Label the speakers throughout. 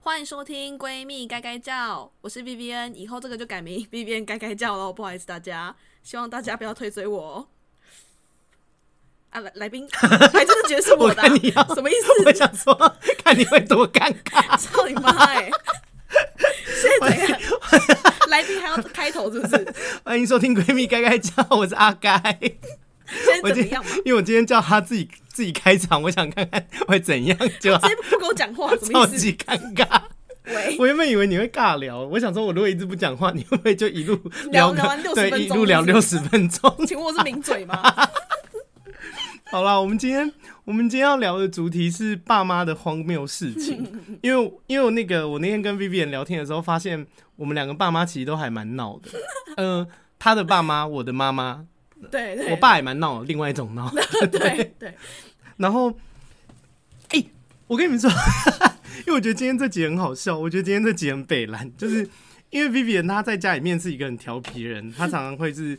Speaker 1: 欢迎收听《闺蜜该该叫》，我是 B B N，以后这个就改名 B B N 该该叫喽，不好意思大家，希望大家不要推追我哦。啊，来来 宾还真的觉得是我的啊、
Speaker 2: 我看你要
Speaker 1: 什么意
Speaker 2: 我
Speaker 1: 思？
Speaker 2: 想说，看你会多尴尬。
Speaker 1: 操你妈、欸！现在怎样？ 来宾还要开头是不是？
Speaker 2: 欢迎收听《闺蜜该该叫》，我是阿 该。
Speaker 1: 现
Speaker 2: 我
Speaker 1: 在怎
Speaker 2: 今
Speaker 1: 么样嘛？
Speaker 2: 因为我今天叫他自己自己开场，我想看看会怎样， 就
Speaker 1: 直接不跟我讲话，什
Speaker 2: 超
Speaker 1: 么意思？
Speaker 2: 级尴尬。
Speaker 1: 喂，
Speaker 2: 我原本以为你会尬聊，我想说，我如果一直不讲话，你会不会就一路
Speaker 1: 聊
Speaker 2: 个
Speaker 1: 聊完60分
Speaker 2: 对，
Speaker 1: 钟
Speaker 2: 一路聊
Speaker 1: 是
Speaker 2: 六
Speaker 1: 不
Speaker 2: 十分钟。
Speaker 1: 请问我是名嘴吗？
Speaker 2: 好啦，我们今天我们今天要聊的主题是爸妈的荒谬事 情，因为因为我那个我那天跟 Vivian 聊天的时候，发现我们两个爸妈其实都还蛮闹的。嗯、他的爸妈，我的妈妈，
Speaker 1: 对对，
Speaker 2: 我爸也蛮闹的，另外一种 闹。
Speaker 1: 对对，
Speaker 2: 然后，哎、我跟你们说，因为我觉得今天这集很好笑，我觉得今天这集很北蓝，就是因为 Vivian 她在家里面是一个很调皮的人，她常常会是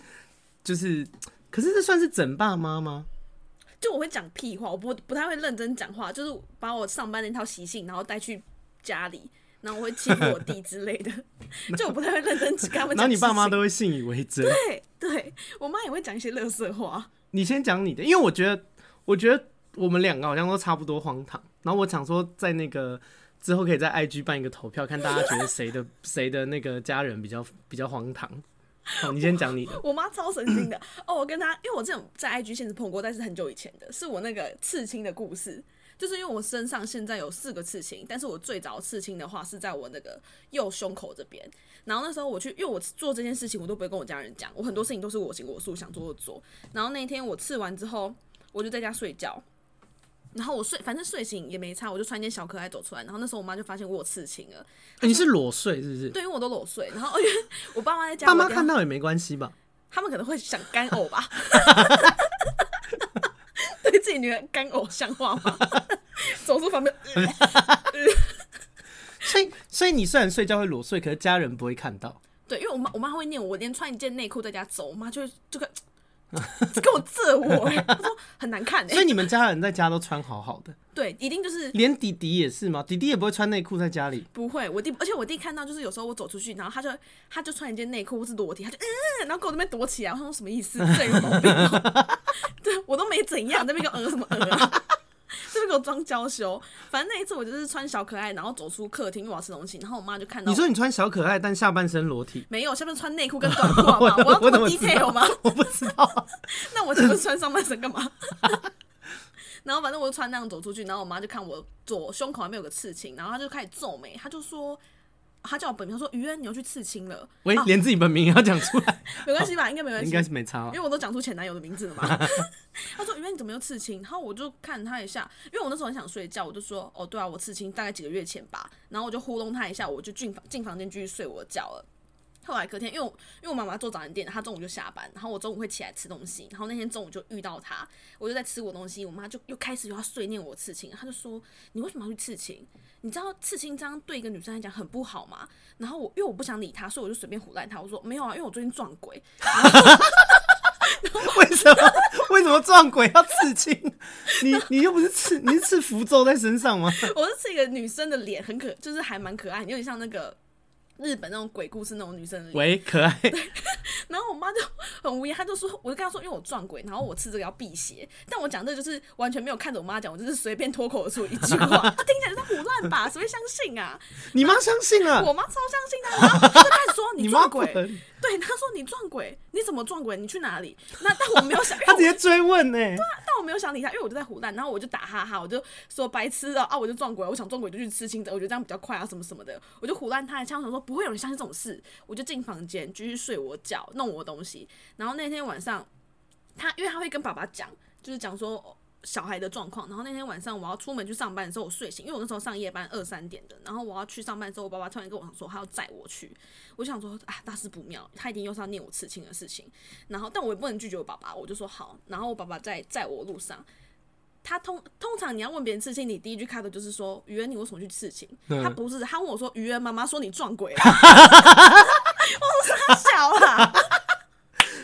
Speaker 2: 就是，可是这算是整爸妈吗？
Speaker 1: 就我会讲屁话，我不不太会认真讲话，就是把我上班那套习性，然后带去家里，然后我会欺负我弟之 类的，就我不太会认真跟他们讲
Speaker 2: 然后你
Speaker 1: 事情。
Speaker 2: 爸妈都会信以为真。
Speaker 1: 对对，我妈也会讲一些乐色话，
Speaker 2: 你先讲你的，因为我觉得，我觉得我们两个好像都差不多荒唐。然后我想说，在那个之后可以在 IG 办一个投票，看大家觉得谁的 谁的那个家人比较比较荒唐。好，你先讲你 的。
Speaker 1: 我妈超神经的哦。我跟她，因为我之前在 IG 现实碰过，但是很久以前的，是我那个刺青的故事。就是因为我身上现在有四个刺青，但是我最早刺青的话是在我那个右胸口这边。然后那时候我去，因为我做这件事情，我都不会跟我家人讲，我很多事情都是我行我素，想做就做。然后那一天我刺完之后，我就在家睡觉。然后我睡，反正睡醒也没差，我就穿件小可爱走出来。然后那时候我妈就发现我有刺青了，
Speaker 2: 欸你是裸睡是不是？
Speaker 1: 对，因为我都裸睡。然后 因为我爸妈在家，
Speaker 2: 爸
Speaker 1: 我
Speaker 2: 妈
Speaker 1: 跟
Speaker 2: 看到也没关系吧？
Speaker 1: 他们可能会想干呕 吧？对自己女儿干呕像话 吗？走出房门，呃
Speaker 2: 嗯所以，所以你虽然睡觉会裸睡，可是家人不会看到。
Speaker 1: 对，因为我妈我妈会念我，我连穿一件内裤在家走，我妈就会就跟跟我揍 我、欸，她说很难看、欸，
Speaker 2: 所以你们家人在家都穿好好的，
Speaker 1: 对，一定就是
Speaker 2: 连弟弟也是吗？弟弟也不会穿内裤在家里。
Speaker 1: 不会，我弟，而且我弟看到就是有时候我走出去，然后他就他就穿一件内裤或是裸体，他就嗯，然后给我那边躲起来，我想说什么意思？这有毛病哦、 对我都没怎样，那边给我呃什么呃啊，这边给我装娇羞。反正那一次我就是穿小可爱，然后走出客厅，因为我要吃东西，然后我妈就看到我
Speaker 2: 你说你穿小可爱，但下半身裸体，
Speaker 1: 没有，下面穿内裤跟短裤好不好？
Speaker 2: 我
Speaker 1: 我要这么
Speaker 2: 怎么知道
Speaker 1: detail 吗？
Speaker 2: 我不知道啊。
Speaker 1: 那我这个穿上半身干嘛？ 然后反正我就穿那样走出去，然后我妈就看我左胸口还没有个刺青，然后她就开始皱眉，她就说，她叫我本名，她说于恩你又去刺青了，
Speaker 2: 喂
Speaker 1: 啊，
Speaker 2: 连自己本名也要讲出 来，
Speaker 1: 没关系吧，应该没关
Speaker 2: 应
Speaker 1: 系，
Speaker 2: 该是没差吧啊
Speaker 1: 因为。我都讲出前男友的名字了嘛。她说于哎恩你怎么又刺青？然后我就看她一下，因为我那时候很想睡觉，我就说哦对啊，我刺青大概几个月前吧，然后我就糊弄她一下，我就进房进房间继续睡我的觉了。后来隔天，因为我因为我妈妈做早餐店，她中午就下班，然后我中午会起来吃东西，然后那天中午就遇到她，我就在吃我东西，我妈就又开始又要碎念我刺青，她就说你为什么要去刺青？你知道刺青这样对一个女生来讲很不好吗？然后我因为我不想理她，所以我就随便胡乱她，我说没有啊，因为我最近撞鬼，
Speaker 2: 为什么？ 为什么撞鬼要刺青？你你又不是刺，你是刺符咒在身上吗？
Speaker 1: 我是刺一个女生的脸，很可就是还蛮可爱，有点像那个日本那种鬼故事那种女生的脸。
Speaker 2: 喂，可爱，
Speaker 1: 然后我妈就很无言，她就说，我就跟她说，因为我撞鬼，然后我吃这个要辟邪。但我讲这就是完全没有看着我妈讲，我就是随便脱口而出一句话，她听起来就在胡乱吧，谁会相信啊？
Speaker 2: 你妈相信了，
Speaker 1: 我妈超相信她，然后她就开始说你
Speaker 2: 你
Speaker 1: 撞
Speaker 2: 妈
Speaker 1: 鬼，
Speaker 2: 不能
Speaker 1: 对，她说你撞鬼，你怎么撞鬼？你去哪里？那但我没有想，因为
Speaker 2: 她
Speaker 1: 我
Speaker 2: 直接追问呢、
Speaker 1: 但我没有想理他，因为我就在胡乱，然后我就打哈哈，我就说白痴哦啊，我就撞鬼，我想撞鬼就去吃青的，我觉得这样比较快啊，什么什么的，我就胡乱他一下，我想说不会有人相信这种事，我就进房间继续睡我觉，弄我东西。然后那天晚上，他因为他会跟爸爸讲，就是讲说。哦小孩的状况，然后那天晚上我要出门去上班的时候，我睡醒，因为我那时候上夜班二三点的，然后我要去上班的时候，我爸爸突然跟我说他要载我去，我想说啊大事不妙，他一定又是要念我刺青的事情，然后但我也不能拒绝我爸爸，我就说好。然后我爸爸在载我路上，他通通常你要问别人刺青，你第一句开头就是说于恩，你为什么去刺青？
Speaker 2: 嗯
Speaker 1: 他不是，他问我说于恩，妈妈啊 说你撞鬼了。我说他小啦，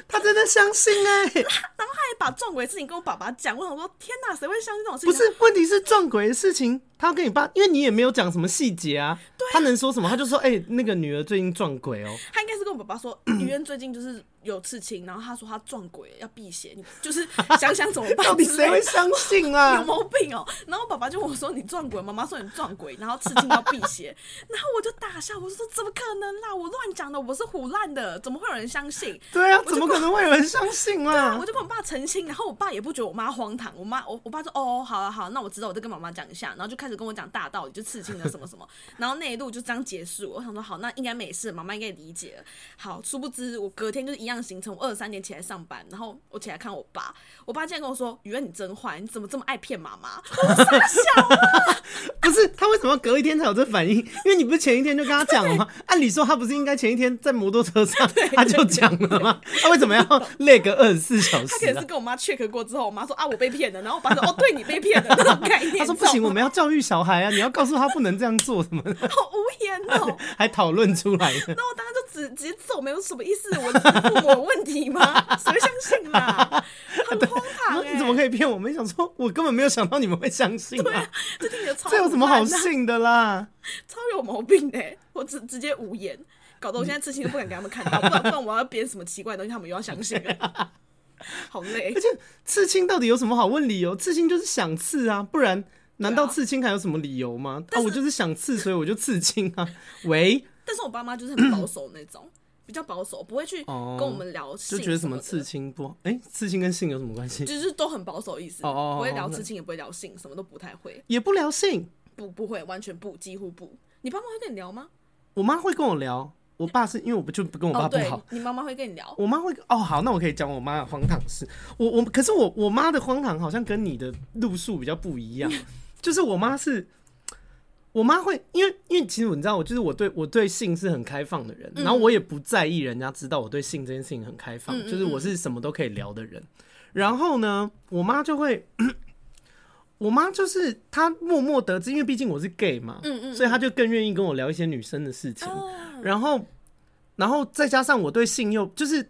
Speaker 2: 她真的相信哎、
Speaker 1: 还把撞鬼的事情跟我爸爸讲，我想说天哪，谁会相信这种事情？
Speaker 2: 不是，问题是撞鬼的事情，他要跟你爸，因为你也没有讲什么细节啊，他能说什么？他就说，哎、那个女儿最近撞鬼哦、
Speaker 1: 他应该是跟我爸爸说，医院最近就是有刺青，然后他说他撞鬼了要辟邪，你就是想想怎么办？
Speaker 2: 到底谁会？相信啊
Speaker 1: 有？毛病哦！然后我爸爸就问我说：“你撞鬼？”妈妈说：“你撞鬼。”然后刺青要辟邪， 然后我就大笑，我说：“怎么可能啦？我乱讲的，我是胡乱的，怎么会有人相信？”
Speaker 2: 对啊，怎么可能会有人相信
Speaker 1: 啊，
Speaker 2: 啊
Speaker 1: 我？就跟我爸澄清，然后我爸也不觉得我妈荒唐，我妈我我爸说哦，好啊好，那我知道，我再跟妈妈讲一下，然后就开始跟我讲大道理，就刺青的什么什么， 然后那一路就这样结束。我想说好，那应该没事，妈妈应该也理解了。好，殊不知我隔天就是一样行程，我二十三点起来上班，然后我起来看我爸，我爸竟然跟我说：“雨恩你真坏，你怎么这么爱骗妈妈？”
Speaker 2: 不是，他为什么要隔一天才有这反应？因为你不是前一天就跟他讲 了吗？按理说他不是应该前一天在摩托车上他就讲了吗？他为什么要累个二十四小
Speaker 1: 他可
Speaker 2: 时
Speaker 1: 能
Speaker 2: 啊
Speaker 1: 是？跟我妈 check 过之后，我妈说：“啊，我被骗了。”然后我爸说：“哦，对你被骗了。”那种概念。
Speaker 2: 他说不
Speaker 1: 你知
Speaker 2: 行，
Speaker 1: 道
Speaker 2: 我
Speaker 1: 吗
Speaker 2: 们要教育小孩啊！你要告诉他不能这样 做什么的，
Speaker 1: 好无言哦。
Speaker 2: 还讨论出来的。
Speaker 1: 那我当时就直直接走，没有什么意思。我的父母有问题吗？谁会相信 啦？很荒唐
Speaker 2: 说
Speaker 1: 哎、
Speaker 2: 你怎么可以骗我们？想说，我根本没有想到你们会相信啊！
Speaker 1: 这听着超
Speaker 2: 这有什么好
Speaker 1: 无赖的
Speaker 2: 信的啦？
Speaker 1: 超有毛病哎、我直直接无言，搞得我现在刺青都不敢给他们看到，不然不然我要编什么奇怪的东西，他们又要相信了，好累
Speaker 2: 而。且刺青到底有什么好问理由？刺青就是想刺啊，不然难道刺青还有什么理由吗？啊，我就是想刺，所以我就刺青啊。 喂，
Speaker 1: 但是我爸妈就是很保守那种，比较保守，不会去
Speaker 2: 哦
Speaker 1: 跟我们聊性
Speaker 2: 就觉得什
Speaker 1: 么的
Speaker 2: 么刺。青不好？哎、刺青跟性有什么关系？
Speaker 1: 就是都很保守意思，
Speaker 2: 哦哦哦
Speaker 1: 不会聊
Speaker 2: 哦
Speaker 1: 刺青，也不会聊性，什么都不太会，
Speaker 2: 也不聊性。
Speaker 1: 不不会，完全不，几乎不。你爸妈会跟你聊吗？
Speaker 2: 我妈会跟我聊，我爸是因为我不就不跟我爸
Speaker 1: 哦，
Speaker 2: 不
Speaker 1: 对
Speaker 2: 好。，
Speaker 1: 你妈妈会跟你聊，
Speaker 2: 我妈会哦，好，那我可以讲我妈的荒唐事。我我可是我我妈的荒唐好像跟你的路数比较不一 样，就是我妈是，我妈会因为因为其实你知道我就是我对我对性是很开放的人，然后我也不在意人家知道我对性这件事情很开放，
Speaker 1: 嗯嗯嗯
Speaker 2: 就是我是什么都可以聊的人。然后呢，我妈就会。 我妈就是她默默得知，因为毕竟我是 gay 嘛，
Speaker 1: 嗯嗯
Speaker 2: 所以她就更愿意跟我聊一些女生的事情。
Speaker 1: 哦，
Speaker 2: 然后，然后再加上我对性又就是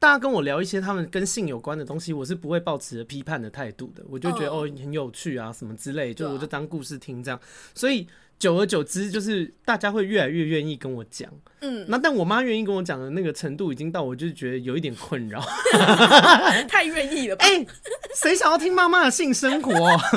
Speaker 2: 大家跟我聊一些他们跟性有关的东西，我是不会抱持着批判的态度的，我就觉得、
Speaker 1: 嗯
Speaker 2: 哦很有趣啊什么之类，就
Speaker 1: 对啊
Speaker 2: 我就当故事听这样。所以久而久之，就是大家会越来越愿意跟我讲。
Speaker 1: 嗯，
Speaker 2: 那但我妈愿意跟我讲的那个程度，已经到我就是觉得有一点困扰。
Speaker 1: 太愿意了吧？
Speaker 2: 哎、谁想要听妈妈的性生活？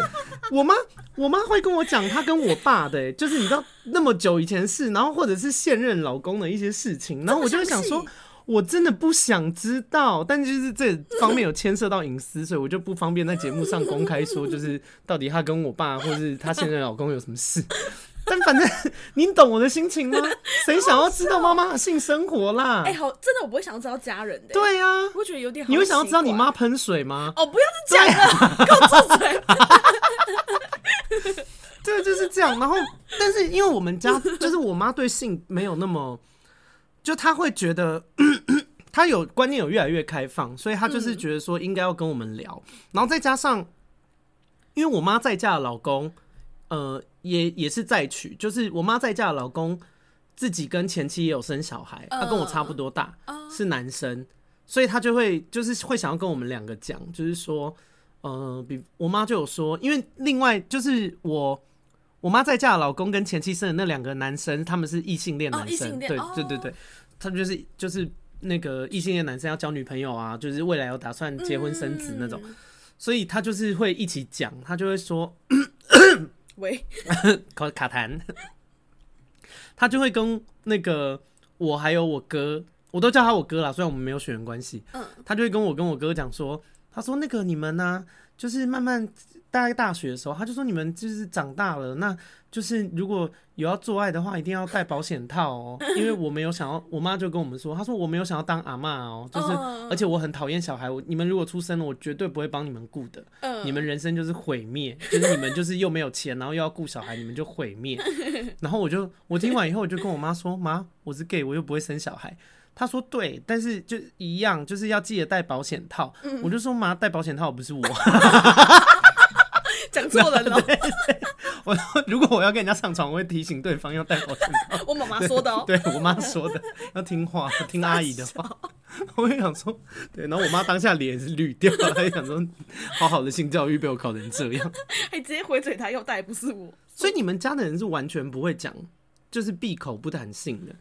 Speaker 2: 我妈，我妈会跟我讲她跟我爸的、哎就是你知道那么久以前的事，然后或者是现任老公的一些事情，然后我就会想
Speaker 1: 这么
Speaker 2: 说
Speaker 1: 详细，
Speaker 2: 我真的不想知道，但就是这方面有牵涉到隐私，所以我就不方便在节目上公开说，就是到底她跟我爸或是她现任老公有什 么事。但反正您懂我的心情吗？谁想要知道妈妈的性生活啦
Speaker 1: 哎、？好，真的我不会想要知道家人的、，
Speaker 2: 对啊
Speaker 1: 我，会觉得有点好
Speaker 2: 你会想要知道你
Speaker 1: 奇怪？
Speaker 2: 妈啊喷水吗？
Speaker 1: 哦，不要再讲了，给我住嘴！
Speaker 2: 对，就是这样。然后，但是因为我们家就是我妈对性没有那么，就她会觉得 她有观念有越来越开放，所以她
Speaker 1: 嗯
Speaker 2: 就是觉得说应该要跟我们聊。然后再加上，因为我妈在嫁的老公，呃，也也是再娶，就是我妈在嫁的老公自己跟前妻也有生小孩，
Speaker 1: 嗯
Speaker 2: 他跟我差不多大，
Speaker 1: 哦
Speaker 2: 是男生，所以他就会就是会想要跟我们两个讲，就是说，呃，比我妈就有说，因为另外就是我。我妈在嫁的老公跟前妻生的那两个男生，他们是异性恋
Speaker 1: 哦
Speaker 2: 男
Speaker 1: 异
Speaker 2: 生，
Speaker 1: 性恋
Speaker 2: 对
Speaker 1: 哦
Speaker 2: 对对对，他们就是就是那个异性恋男生要交女朋友啊，就是未来有打算结婚生子那种，
Speaker 1: 嗯。
Speaker 2: 所以他就是会一起讲，他就会说，
Speaker 1: 喂，
Speaker 2: 卡卡痰， 他就会跟那个我还有我哥，我都叫他我哥啦，虽然我们没有血缘关系，
Speaker 1: 嗯，
Speaker 2: 他就会跟我跟我哥讲说，他说那个你们呢、就是慢慢大概大学的时候，他就说你们就是长大了，那就是如果有要做爱的话，一定要戴保险套哦，因为我没有想要，我妈就跟我们说，她说我没有想要当阿嬷哦，就是
Speaker 1: 嗯
Speaker 2: 而且我很讨厌小孩，我你们如果出生了，我绝对不会帮你们顾的。
Speaker 1: 嗯
Speaker 2: 你们人生就是毁灭，就是你们就是又没有钱，然后又要顾小孩，你们就毁 灭。然后我就我听完以后，我就跟我妈说：“妈，我是 gay，我又不会生小孩。”她说：“对，但是就一样，就是要记得戴保险套。
Speaker 1: 嗯
Speaker 2: 我就说：“妈，戴保险套不是我，
Speaker 1: 讲错人了，
Speaker 2: 我如果我要跟人家上床，我会提醒对方要戴保险 套。
Speaker 1: 我妈妈说的哦。
Speaker 2: 对我妈说的，要听话，听阿姨的话。我也想说，对，然后我妈当下脸是绿掉了，她也想说，好好的性教育被我搞成这样。
Speaker 1: 还哎直接回嘴他，又带不是我。
Speaker 2: 所以你们家的人是完全不会讲，就是闭口不谈性的。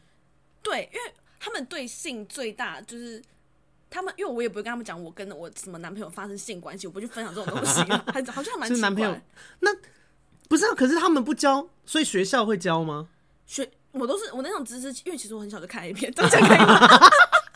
Speaker 1: 对，因为他们对性最大就是他们，因为我也不会跟他们讲我跟我什么男朋友发生性关系，我不去分享这种 东西啊，还好像蛮
Speaker 2: 是
Speaker 1: 奇
Speaker 2: 男朋友
Speaker 1: 怪
Speaker 2: 不是啊，可是他们不教，所以学校会教吗？
Speaker 1: 学。我都是我那种知识，因为其实我很小就看 A 片，这样 讲可以吗？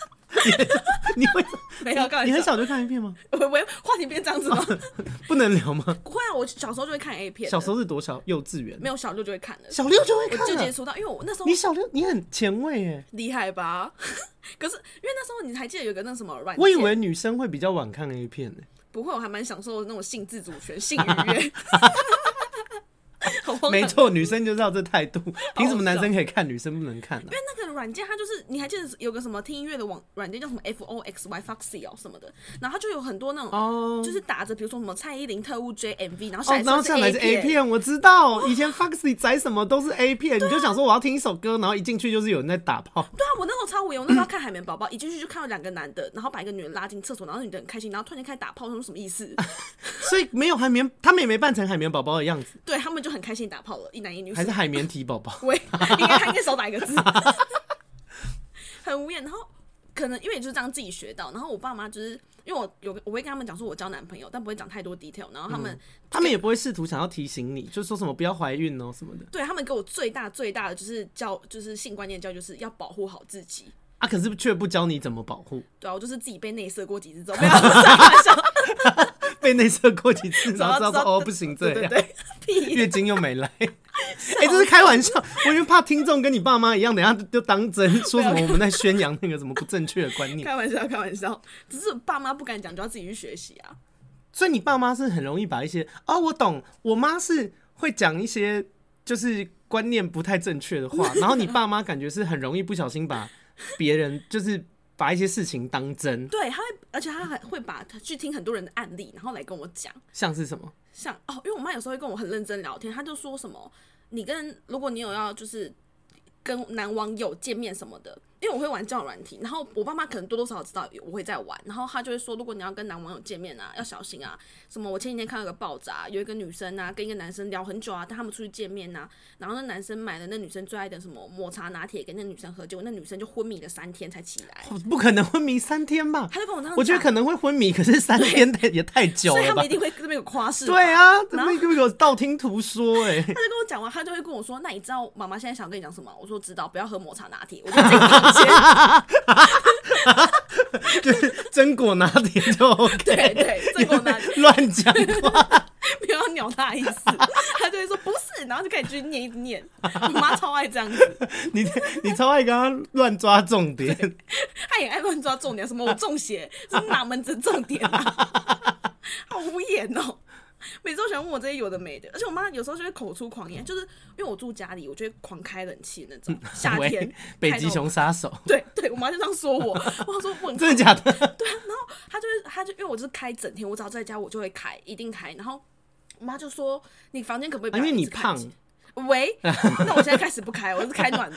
Speaker 2: 你会，
Speaker 1: 没有，开玩
Speaker 2: 你很
Speaker 1: 笑。
Speaker 2: 小就看 A 片吗？
Speaker 1: 我我话题变这样子吗？
Speaker 2: 不能聊吗？
Speaker 1: 会啊，我小时候就会看 A 片的，
Speaker 2: 小时候是多小？幼稚园？
Speaker 1: 没有小六就会看了，
Speaker 2: 小六就会
Speaker 1: 我就
Speaker 2: 看
Speaker 1: 接
Speaker 2: 了。
Speaker 1: 触到，因为我那时候
Speaker 2: 你小六，你很前卫耶！
Speaker 1: 厉害吧？ 可是因为那时候你还记得有个那什么软件，
Speaker 2: 我以为女生会比较晚看 A 片呢。
Speaker 1: 不会，我还蛮享受那种性自主权、性愉 悦。 好荒唐
Speaker 2: 没错，女生就是要这态度，凭什么男生可以看，女生不能看呢、
Speaker 1: 因
Speaker 2: 啊
Speaker 1: 为那个软件它就是，你还记得有个什么听音乐的网软件叫什么 F O X Y Foxy 哦什么的，然后它就有很多那种，
Speaker 2: 哦
Speaker 1: 就是打着比如说什么蔡依林特务 J M V，然后
Speaker 2: 哦
Speaker 1: 下，来
Speaker 2: 然后
Speaker 1: 是
Speaker 2: 下来是 A 片，我知道，以前 Foxy 载什么都是 A 片，你就想说我要听一首歌，然后一进去就是有人在打炮，
Speaker 1: 对啊，我那时候超无聊，我那时候看海绵宝宝，一进去就看到两个男的，然后把一个女人拉进厕所，然后女的很开心，然后突然间开始打炮，我说什么意 思？
Speaker 2: 所以没有海绵，他们也没扮成海绵宝宝的样子，
Speaker 1: 对他们就很开心打炮了，一男一女，
Speaker 2: 还是海绵体宝 宝。
Speaker 1: 喂，应该他应该少打一个字， 很无言。然后可能因为就是这样自己学到，然后我爸妈就是因为我有个我会跟他们讲说我交男朋友，但不会讲太多 detail。然后他们、
Speaker 2: 他们也不会试图想要提醒你，就说什么不要怀孕哦什么的
Speaker 1: 对他们给我最大最大的就是教就是性观念教育就是要保护好自己。
Speaker 2: 啊，可是却不教你怎么保护，
Speaker 1: 对啊，我就是自己被内射过几次之后，没有开玩笑，
Speaker 2: 被内射过几次，然后知道
Speaker 1: 知
Speaker 2: 说
Speaker 1: 道
Speaker 2: 哦不行这
Speaker 1: 对
Speaker 2: 样
Speaker 1: 对，对， 屁，
Speaker 2: 月经又没 来。哎、这是开玩笑，我因为怕听众跟你爸妈一样，等一下就当真说什么我们在宣扬那个什么不正确的观念。
Speaker 1: 开玩笑，开玩笑，只是爸妈不敢讲，就要自己去学习啊。
Speaker 2: 所以你爸妈是很容易把一些哦，我懂，我妈是会讲一些就是观念不太正确 的话，然后你爸妈感觉是很容易不小心把别人就是把一些事情当真，
Speaker 1: 对，他会，而且他还会把他去听很多人的案例，然后来跟我讲。
Speaker 2: 像是什么
Speaker 1: 像哦，因为我妈有时候会跟我很认真聊天，她就说什么，你跟如果你有要就是跟男网友见面什么的，因为我会玩交友软体，然后我爸妈可能多多少少知道我会在玩，然后她就会说，如果你要跟男网友见面啊，要小心啊，什么我前几天看到一个报纸啊，有一个女生啊跟一个男生聊很久啊，但他们出去见面呐、啊，然后那男生买了那女生最爱的什么抹茶拿铁给那女生喝，结果那女生就昏迷了三天才起来，
Speaker 2: 不可能昏迷三天吧？
Speaker 1: 她就跟我这样
Speaker 2: 我觉得
Speaker 1: 讲
Speaker 2: 可能会昏迷，可是三 天太也太久
Speaker 1: 所以
Speaker 2: 了
Speaker 1: 他
Speaker 2: 吧
Speaker 1: 们一？定会这边有夸饰吧，
Speaker 2: 对啊，怎
Speaker 1: 然
Speaker 2: 么
Speaker 1: 后
Speaker 2: 又有道听途说哎、
Speaker 1: 他就跟我讲完，他就会跟我说：“那你知道妈妈现在想跟你讲什么？”我说：“知道，不要喝抹茶拿铁。”我就自己 房间，
Speaker 2: 榛果拿铁就 OK，
Speaker 1: 对对，这个我拿
Speaker 2: 乱讲话。
Speaker 1: 不要鸟他的意思。他就会说：“不是。”然后就开始去念一直念。我妈超爱这样子，
Speaker 2: 你你超爱刚刚乱抓重点，
Speaker 1: 她也爱乱抓重点，什么我中邪，这是哪门子重点啊？ 好无言哦。每次都喜欢问我这些有的没的，而且我妈有时候就会口出狂言，就是因为我住家里，我就会狂开冷气那种。夏天
Speaker 2: 喂，北
Speaker 1: 开那
Speaker 2: 极
Speaker 1: 种
Speaker 2: 熊杀手，
Speaker 1: 对对，我妈就这样说我，我说我很
Speaker 2: 真的假的？
Speaker 1: 他就是他就因为我就是开整天，我只要在家我就会开，一定开。然后我妈就说：“你房间可不可以不
Speaker 2: 啊
Speaker 1: 要
Speaker 2: 因为
Speaker 1: 一
Speaker 2: 你
Speaker 1: 直开
Speaker 2: 胖，
Speaker 1: 机？”喂， 那我现在开始不开，我是开暖炉，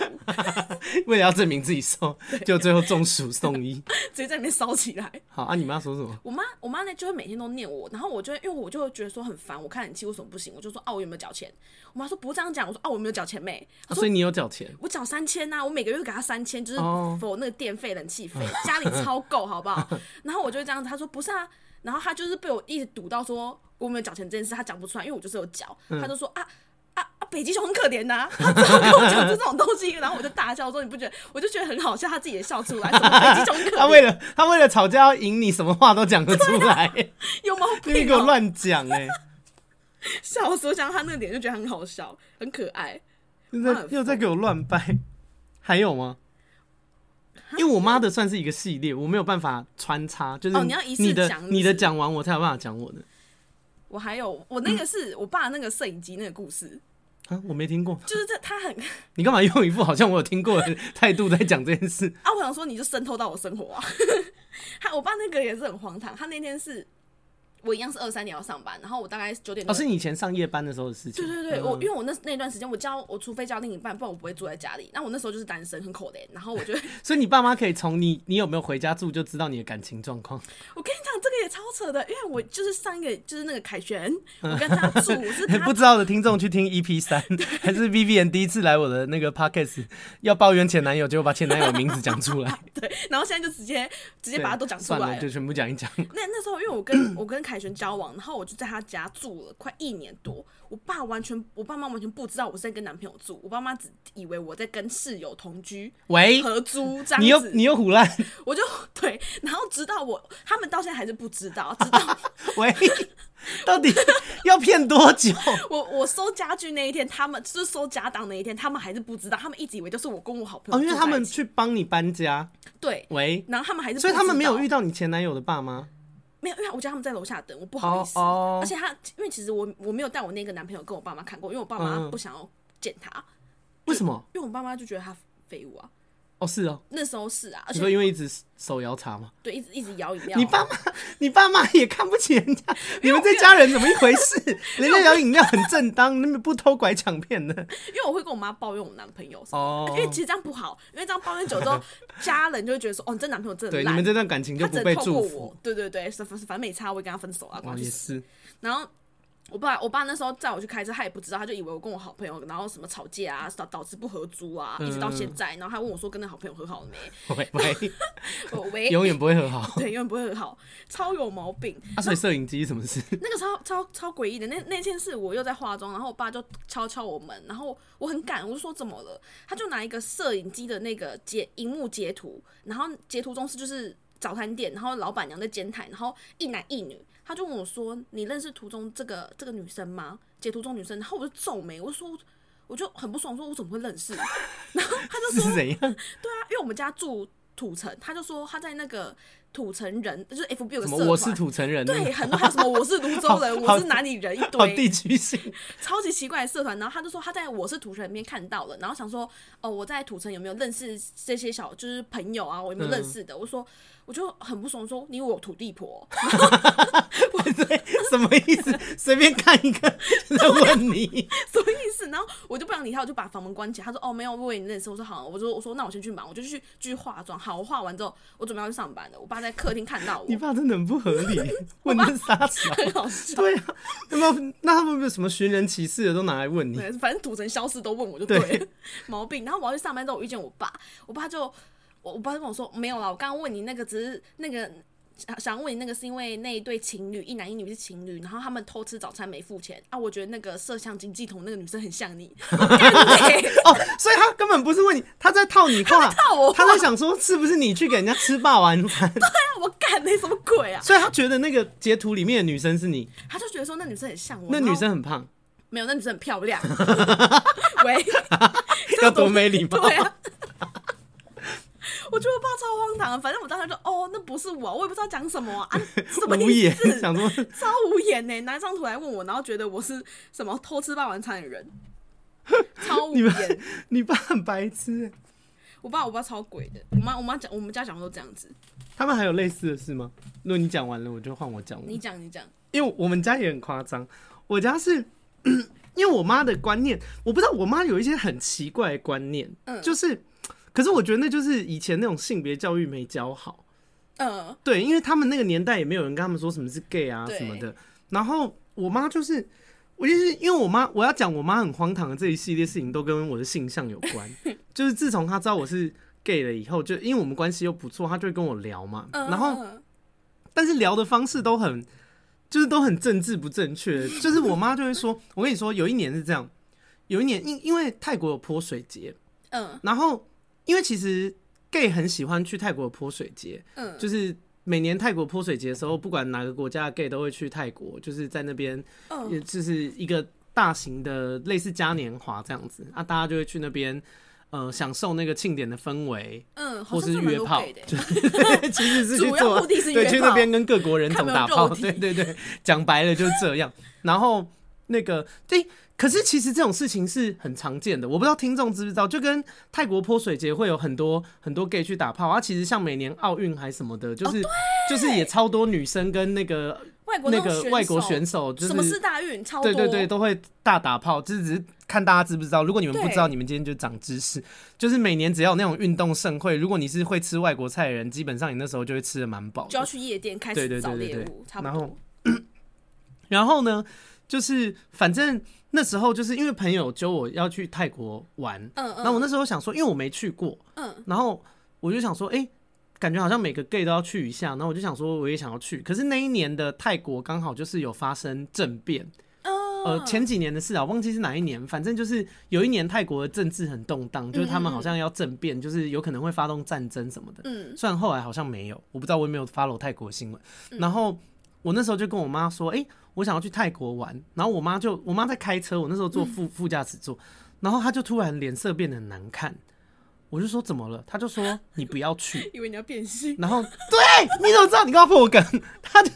Speaker 2: 为了要证明自己瘦，就最后中暑送医。
Speaker 1: 直接在里面烧起来。
Speaker 2: 好啊，你妈说什么？
Speaker 1: 我妈我妈呢就会每天都念我，然后我就会因为我就会觉得说很烦，我看冷气为什么不行？我就说啊我有没有缴钱？我妈说不是这样讲，我说啊我没有缴钱妹，
Speaker 2: 啊所以你有缴钱，
Speaker 1: 我缴三千啊呐，我每个月都给他三千，就是
Speaker 2: 哦
Speaker 1: 否那个电费、冷气 费，家里超够，好不好？然后我就这样子，他说不是啊，然后他就是被我一直堵到说我没有缴钱这件事，他讲不出来，因为我就是有缴，
Speaker 2: 嗯
Speaker 1: 他就说啊。啊啊！北极熊很可怜呐、他只要跟我讲这种东西，然后我就大笑，我说你不觉得？我就觉得很好笑，他自己也笑出来，什么北极熊 很可
Speaker 2: 她为
Speaker 1: 怜，
Speaker 2: 了她为了吵架要赢你，什么话都讲得出
Speaker 1: 啊
Speaker 2: 来，
Speaker 1: 有毛
Speaker 2: 你给
Speaker 1: 病、
Speaker 2: 我
Speaker 1: 哦！
Speaker 2: 乱讲 哎，
Speaker 1: 笑死！我想到他那个脸就觉得很好笑，很可爱。
Speaker 2: 又在又在给我乱掰，还有吗？因为我妈的算是一个系列，我没有办法穿插，就是
Speaker 1: 哦你要一次
Speaker 2: 你的
Speaker 1: 讲是不是
Speaker 2: 你的讲完，我才有办法讲我的
Speaker 1: 我还有我那个是我爸那个摄影机那个故事，
Speaker 2: 啊，我没听过。
Speaker 1: 就是这他很
Speaker 2: 你干嘛用一副好像我有听过的态度在讲这件事？
Speaker 1: 啊， 我想说你就渗透到我生活啊。他我爸那个也是很荒唐，他那天是。我一样是二三点要上班，然后我大概九点
Speaker 2: 哦，
Speaker 1: 多。
Speaker 2: 是你以前上夜班的时候的事情。
Speaker 1: 对对对，
Speaker 2: 嗯
Speaker 1: 我因为我那那段时间我交我除非交另一半，不然我不会住在家里。那我那时候就是单身，很可怜。然后我 就
Speaker 2: 所以你爸妈可以从你你有没有回家住就知道你的感情状 况。
Speaker 1: 我跟你讲，这个也超扯的，因为我就是上一个就是那个凯旋，我跟他住， 是他
Speaker 2: 不知道的听众去听 EP 三，还是 Vivian 第一次来我的那个 podcast 要抱怨前男友，结果把前男友的名字讲 出来，
Speaker 1: 对，然后现在就直接直接把他都讲出
Speaker 2: 算
Speaker 1: 来
Speaker 2: 了，就全部讲一讲。
Speaker 1: 那那时候，因为我 跟我跟凯旋交往，然后我就在他家住了快一年多。我爸完全，我爸妈完全不知道我是在跟男朋友住，我爸妈只以为我在跟室友同居、
Speaker 2: 喂，
Speaker 1: 合租这
Speaker 2: 哎你
Speaker 1: 样
Speaker 2: 又
Speaker 1: 子。
Speaker 2: 你 又胡乱，
Speaker 1: 我就对，然后直到我他们到现在还是不知道，直 到
Speaker 2: 喂，到底要骗多 久？
Speaker 1: 我我收家具那一天，他们就是收家当那一天，他们还是不知道，他们一直以为就是我跟我好朋友
Speaker 2: 哦，
Speaker 1: 住
Speaker 2: 因
Speaker 1: 在一起、
Speaker 2: 为他们去帮你搬家，
Speaker 1: 对，
Speaker 2: 喂，
Speaker 1: 然后他们还是不知
Speaker 2: 所
Speaker 1: 道，
Speaker 2: 以他们没有遇到你前男友的爸妈。
Speaker 1: 没有，因为我觉得他们在楼下等，我不好意思。
Speaker 2: 哦哦
Speaker 1: 而且他，因为其实我我没有带我那个男朋友跟我爸妈看过，因为我爸妈
Speaker 2: 嗯
Speaker 1: 不想要见他，
Speaker 2: 为什么？
Speaker 1: 因为我爸妈就觉得他废物啊。
Speaker 2: 哦，是哦，
Speaker 1: 那时候是啊，而
Speaker 2: 你说
Speaker 1: 且
Speaker 2: 因为一直手摇茶吗？
Speaker 1: 对一直一直摇饮料。啊
Speaker 2: 你爸妈， 你爸妈也看不 起人家，你们这家人怎么一回事？人家摇饮料很正当，那么不偷拐抢骗的
Speaker 1: 因为我会跟我妈抱怨我男朋友什么
Speaker 2: 哦
Speaker 1: 因为其实这样不好，因为这样抱怨久之后， 家人就会觉得说，哦，你这男朋友真的
Speaker 2: 对，你
Speaker 1: 烂，
Speaker 2: 们这段感情就
Speaker 1: 他
Speaker 2: 不
Speaker 1: 只
Speaker 2: 被
Speaker 1: 能透过
Speaker 2: 祝福
Speaker 1: 我。。对对对，反反正没差，我会跟他分手啊，管他
Speaker 2: 哦，
Speaker 1: 去
Speaker 2: 也
Speaker 1: 死
Speaker 2: 是，
Speaker 1: 然后我爸我爸那时候载我去开车，他也不知道，他就以为我跟我好朋友，然后什么吵架啊，导导致不合租啊，一直
Speaker 2: 嗯
Speaker 1: 到现在。然后他问我说，跟那好朋友和好了没？
Speaker 2: 喂
Speaker 1: 哎
Speaker 2: 喂，
Speaker 1: 我哦喂，
Speaker 2: 永远不会和好。
Speaker 1: 对，永远不会和好，超有毛病。
Speaker 2: 啊，所以摄影机什么事？
Speaker 1: 那个超超超诡异的，那那天是我又在化妆，然后我爸就敲敲我门，然后我很赶，我就说怎么了？他就拿一个摄影机的那个截荧幕截图，然后截图中是就是早餐店，然后老板娘在煎台，然后一男一女，他就问我说：“你认识图中这个这个女生吗？”截图中女生，然后我就皱眉，我就说。我就很不爽，说我怎么会认识？然后他就说
Speaker 2: 是怎样？
Speaker 1: 对啊，因为我们家住土城，他就说他在那个土城人，就是 FB 有个
Speaker 2: 什
Speaker 1: 社
Speaker 2: 么？
Speaker 1: 团，
Speaker 2: 我是土城人，
Speaker 1: 对，很多还有什么我是泸州
Speaker 2: 好
Speaker 1: 人，
Speaker 2: 好
Speaker 1: 我是哪里人一
Speaker 2: 好
Speaker 1: 堆，
Speaker 2: 地区性。
Speaker 1: 超级奇怪的社团。然后他就说他在我是土城里面看到了，然后想说哦我在土城有没有认识这些小就是朋友啊，我有没有
Speaker 2: 嗯
Speaker 1: 认识的？我说我就很不爽，说你我土地婆，
Speaker 2: 对，什么意思？随便看一个就在问你，
Speaker 1: 什么意思？然后我就不想理他，我就把房门关起来。他说哦没有，我以为你认识。我说好，我就我说那我先去忙，我就去继续化妆。好，我化完之后我准备要去上班了，我爸在客厅看到我
Speaker 2: 你，爸真的很不合理，问这傻 小。
Speaker 1: 很好笑。
Speaker 2: 对啊，那么那他们有没有什么寻人启事的都拿来问你？
Speaker 1: 对，反正土城消失都问我就对
Speaker 2: 嗯对
Speaker 1: 了， 毛病。然后我要去上班之后，我遇见我爸，我爸就我我爸就跟我说没有啦，我刚刚问你那个只是那个。想想问你那个是因为那一对情侣，一男一女是情侣，然后他们偷吃早餐没付钱啊。我觉得那个摄像经纪同那个女生很像你， 我干你欸嘞
Speaker 2: 哦， 所以他根本不是问你，他在套你话，
Speaker 1: 套我
Speaker 2: 他在想说是不是你去给人家吃啊霸王 餐，
Speaker 1: 我干那什么鬼啊？
Speaker 2: 所以他觉得那个截图里面的女生是你，
Speaker 1: 他就觉得说那女生很像我，
Speaker 2: 那
Speaker 1: 然后
Speaker 2: 女生很 胖，
Speaker 1: 没有，那女生很漂亮。 喂，
Speaker 2: 要多没礼貌。
Speaker 1: 对啊，我觉得我爸超荒唐的。反正我当时就哦，那不是我，我也不知道讲什 么啊，啊什么
Speaker 2: 无
Speaker 1: 意
Speaker 2: 言，
Speaker 1: 思？
Speaker 2: 想说
Speaker 1: 超无言呢、拿一张图来问我，然后觉得我是什么偷吃霸王餐的人， 超无
Speaker 2: 你们
Speaker 1: 言。
Speaker 2: 你爸很白痴。
Speaker 1: 我爸我爸超鬼的，我妈我妈讲我们家讲话都这样子。
Speaker 2: 他们还有类似的事吗？如果你讲完了，我就换我讲。
Speaker 1: 你讲你讲，
Speaker 2: 因为我们家也很夸张，我家是 因为我妈的观念，我不知道我妈有一些很奇怪的观念，
Speaker 1: 嗯
Speaker 2: 就是，可是我觉得那就是以前那种性别教育没教好，
Speaker 1: 嗯
Speaker 2: 对，因为他们那个年代也没有人跟他们说什么是 gay 啊
Speaker 1: 对
Speaker 2: 什么的，然后我妈就是。我就是因为我妈，我要讲我妈很荒唐的这一系列事情都跟我的性向有 关。就是自从她知道我是 gay 了以后，就因为我们关系又不错，她就会跟我聊嘛。
Speaker 1: 嗯，
Speaker 2: 然后
Speaker 1: 嗯
Speaker 2: 但是聊的方式都很，就是都很政治不正确。就是我妈就会说，我跟你说，有一年是这样，有一年因因为泰国有泼水节，
Speaker 1: 嗯
Speaker 2: 然后因为其实 gay 很喜欢去泰国的泼水节，
Speaker 1: 嗯
Speaker 2: 就是每年泰国泼水节的时候，不管哪个国家的 gay 都会去泰国，就是在那边
Speaker 1: 嗯
Speaker 2: 也就是一个大型的类似嘉年华这样子，啊，大家就会去那边。呃，享受那个庆典的氛围，
Speaker 1: 嗯，好
Speaker 2: 或
Speaker 1: 像
Speaker 2: 是
Speaker 1: 这蛮
Speaker 2: 约
Speaker 1: 多
Speaker 2: 炮
Speaker 1: gay 的，
Speaker 2: 其实是去
Speaker 1: 主
Speaker 2: 做
Speaker 1: 要目的是约
Speaker 2: 对，
Speaker 1: 炮，
Speaker 2: 去那边跟各国人
Speaker 1: 看
Speaker 2: 种
Speaker 1: 有没有
Speaker 2: 打炮，
Speaker 1: 肉体
Speaker 2: 对对对，讲白了就是这样。然后那个，对，可是其实这种事情是很常见的，我不知道听众知不知道，就跟泰国泼水节会有很多很多 gay 去打炮啊，其实像每年奥运还什么的，就是、就是也超多女生跟那个
Speaker 1: 外哦国那
Speaker 2: 那
Speaker 1: 种
Speaker 2: 个
Speaker 1: 手
Speaker 2: 外国选手，就
Speaker 1: 什么
Speaker 2: 是
Speaker 1: 四大运超多，
Speaker 2: 对对对，都会大打炮，就是只是看大家知不知道。如果你们不知道，
Speaker 1: 对
Speaker 2: 你们今天就长知识。就是每年只要有那种运动盛会，如果你是会吃外国菜的人，基本上你那时候就会吃的蛮饱的。
Speaker 1: 就要去夜店开
Speaker 2: 对对
Speaker 1: 始
Speaker 2: 对
Speaker 1: 找
Speaker 2: 对
Speaker 1: 猎
Speaker 2: 对
Speaker 1: 物，差
Speaker 2: 然
Speaker 1: 不
Speaker 2: 后
Speaker 1: 多。
Speaker 2: 然后呢，就是反正那时候就是因为朋友揪我要去泰国玩，
Speaker 1: 嗯嗯，
Speaker 2: 然后我那时候想说，因为我没去过，
Speaker 1: 嗯
Speaker 2: 然后我就想说，哎、感觉好像每个 gay 都要去一下，然后我就想说我也想要去，可是那一年的泰国刚好就是有发生政变，
Speaker 1: 嗯
Speaker 2: 呃，前几年的事啊，忘记是哪一年，反正就是有一年泰国的政治很动荡，就是他们好像要政变，就是有可能会发动战争什么的。
Speaker 1: 嗯
Speaker 2: 虽然后来好像没有，我不知道我有没有 follow 泰国新闻。然后我那时候就跟我妈说，哎、我想要去泰国玩。然后我妈就，我妈在开车，我那时候坐副副驾驶座，然后她就突然脸色变得很难看。我就说怎么了？她就说你不要去。
Speaker 1: 以为你要变性，
Speaker 2: 然后对，你怎么知道？你刚刚破我梗，他就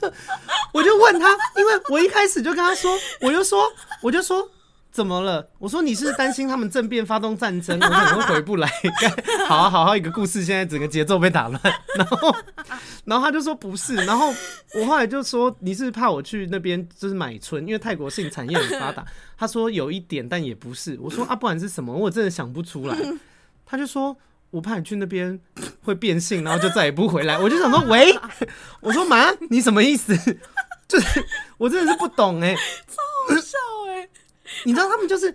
Speaker 2: 我就问他，因为我一开始就跟他说，我就说我就说怎么了？我说你是担心他们政变发动战争，我可能会回不来。干好啊好啊，一个故事现在整个节奏被打乱，然后然后他就说不是，然后我后来就说你是怕我去那边就是买春，因为泰国性产业很发达。他说有一点，但也不是。我说啊，不然是什么？我真的想不出来。他就说。我怕你去那边会变性，然后就再也不回来。 我就想说，喂，我说妈，你什么意思？ 就是我真的是不懂哎、
Speaker 1: 笑哎，
Speaker 2: 你知道他们就是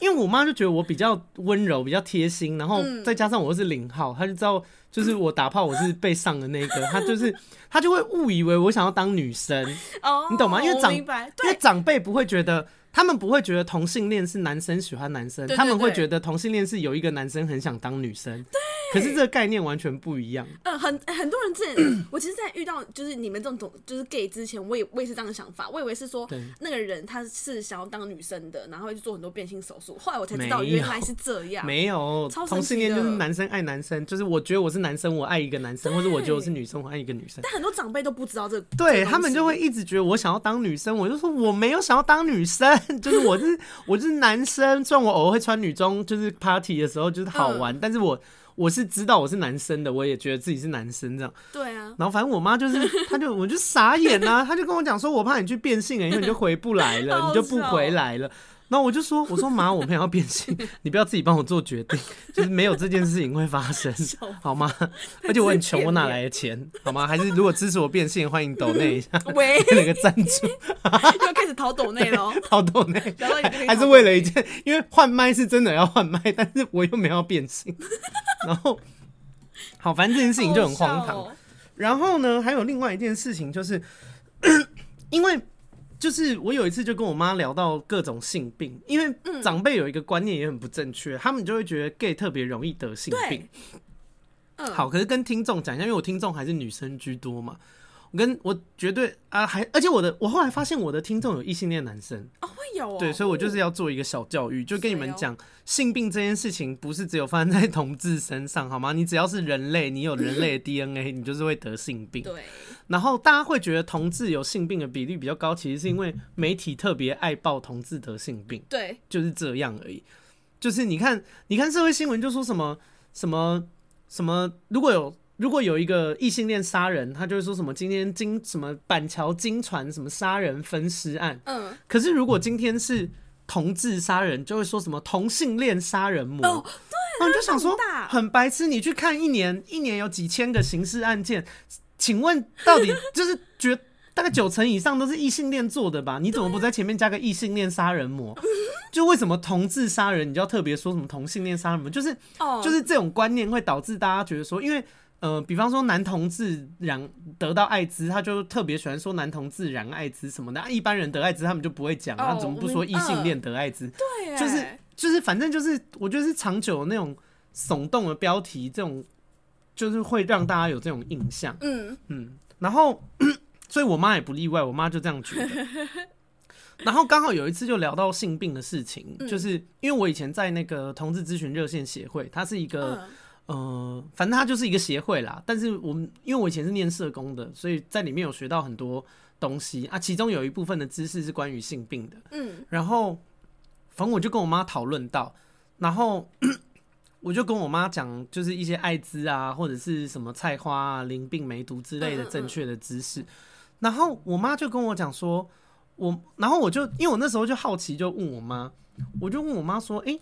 Speaker 2: 因为我妈就觉得我比较温柔、比较贴心，然后
Speaker 1: 嗯
Speaker 2: 再加上我又是零号，她就知道就是我打炮我是被上的那一个，她就是她就会误以为我想要当女生，
Speaker 1: 哦，
Speaker 2: 你懂吗因为
Speaker 1: 我
Speaker 2: 长
Speaker 1: 明白，
Speaker 2: 因为
Speaker 1: 对，
Speaker 2: 长辈不会觉得。他们不会觉得同性恋是男生喜欢男生，
Speaker 1: 对对
Speaker 2: 他们会
Speaker 1: 对
Speaker 2: 觉得同性恋是有一个男生很想当女生。可是这个概念完全不一样。
Speaker 1: 嗯，很很多人之 前，我其实，在遇到就是你们这种懂就是 gay 之前，我也我也是这样的想法，我以为是说
Speaker 2: 对
Speaker 1: 那个人他是想要当女生的，然后会去做很多变性手术，后来我才
Speaker 2: 没
Speaker 1: 知道
Speaker 2: 有
Speaker 1: 原来是这样，
Speaker 2: 没有，
Speaker 1: 超神
Speaker 2: 同性
Speaker 1: 奇
Speaker 2: 恋就是
Speaker 1: 的
Speaker 2: 男生爱男生，就是我觉得我是男生，我爱一个男生，或者我觉得我是女生，我爱一个女生。
Speaker 1: 但很多长辈都不知道这个，这
Speaker 2: 对
Speaker 1: 个东
Speaker 2: 他们就
Speaker 1: 西
Speaker 2: 会一直觉得我想要当女生，我就说我没有想要当女生， 就是我是我是男生，虽然我偶尔会穿女装，就是 party 的时候就是好
Speaker 1: 嗯
Speaker 2: 玩，但是我我是知道我是男生的，我也觉得自己是男生这样。
Speaker 1: 对啊，
Speaker 2: 然后反正我妈就是，她就我就傻眼啦、她就跟我讲说，我怕你去变性了，因为你就回不来了，
Speaker 1: 好哦
Speaker 2: 你就不回来了。然后我就说，我说妈，我们要变性， 你不要自己帮我做决定， 就是没有这件事情会发生，好吗？而且我很穷，我哪来的钱，好吗？还是如果支持我变性，欢迎抖内一下，
Speaker 1: 喂，
Speaker 2: 那个赞助
Speaker 1: 又开始逃抖内喽，
Speaker 2: 好抖内，
Speaker 1: 聊到一个可以
Speaker 2: 还是
Speaker 1: 讨
Speaker 2: 为
Speaker 1: 论
Speaker 2: 了一件，因为换麦是真的要换麦，但是我又没有要变性， 然后好，反正这件事情就很荒
Speaker 1: 好
Speaker 2: 唐
Speaker 1: 好。笑哦
Speaker 2: 然后呢，还有另外一件事情，就是 因为就是我有一次就跟我妈聊到各种性病，因
Speaker 1: 嗯
Speaker 2: 为长辈有一个观念也很不正确，他们就会觉得 gay 特别容易得性病
Speaker 1: 对。，嗯，
Speaker 2: 好，可是跟听众讲一下，因为我听众还是女生居多嘛。我跟我绝对啊，还而且我的我后来发现我的听众有异性恋男生，
Speaker 1: 哦，会有哦，
Speaker 2: 对，所以我就是要做一个小教育，就跟你们
Speaker 1: 谁哦
Speaker 2: 讲，性病这件事情不是只有发生在同志身上，好吗？你只要是人类，你有人类的 DNA，你就是会得性病。
Speaker 1: 对，
Speaker 2: 然后大家会觉得同志有性病的比例比较高，其实是因为媒体特别爱报同志得性病，
Speaker 1: 对，
Speaker 2: 就是这样而已。就是你看，你看社会新闻就说什么什么什么，如果有如果有一个异性恋杀人，他就会说什么今天金什么板桥金船什么杀人分尸案。
Speaker 1: 嗯，
Speaker 2: 可是如果今天是同志杀人，就会说什么同性恋杀人魔。
Speaker 1: 哦
Speaker 2: 然后你嗯就想说
Speaker 1: 这很大
Speaker 2: 很白痴，你去看一年，一年有几千个刑事案件，请问到底 就是绝大概九成以上都是异性恋做的吧？你怎么不在前面加个异性恋杀人魔？就为什么同志杀人，你就要特别说什么同性恋杀人魔？就是
Speaker 1: 哦，
Speaker 2: 就是这种观念会导致大家觉得说，因为。呃，比方说男同志染得到艾滋，他就特别喜欢说男同志染艾滋什么的。啊一般人得艾滋，他们就不会讲，啊
Speaker 1: 哦嗯
Speaker 2: 他怎么不说异性恋得艾滋？
Speaker 1: 对耶，
Speaker 2: 就是就是反正就是我觉得是长久的那种耸动的标题，这种就是会让大家有这种印象。
Speaker 1: 嗯，
Speaker 2: 嗯，然后所以我妈也不例外，我妈就这样觉 得。然后刚好有一次就聊到性病的事情，
Speaker 1: 嗯
Speaker 2: 就是因为我以前在那个同志咨询热线协会，它是一个、
Speaker 1: 嗯
Speaker 2: 呃，反正它就是一个协会啦。但是我们因为我以前是念社工的，所以在里面有学到很多东西啊，其中有一部分的知识是关于性病的。
Speaker 1: 嗯，
Speaker 2: 然后反正我就跟我妈讨论到，然后 我就跟我妈讲，就是一些艾滋啊，或者是什么菜花啊、淋病、梅毒之类
Speaker 1: 嗯
Speaker 2: 的
Speaker 1: 嗯嗯
Speaker 2: 正确的知识。然后我妈就跟我讲说，我，然后我就因为我那时候就好奇，就问我妈，我就问我妈说，诶，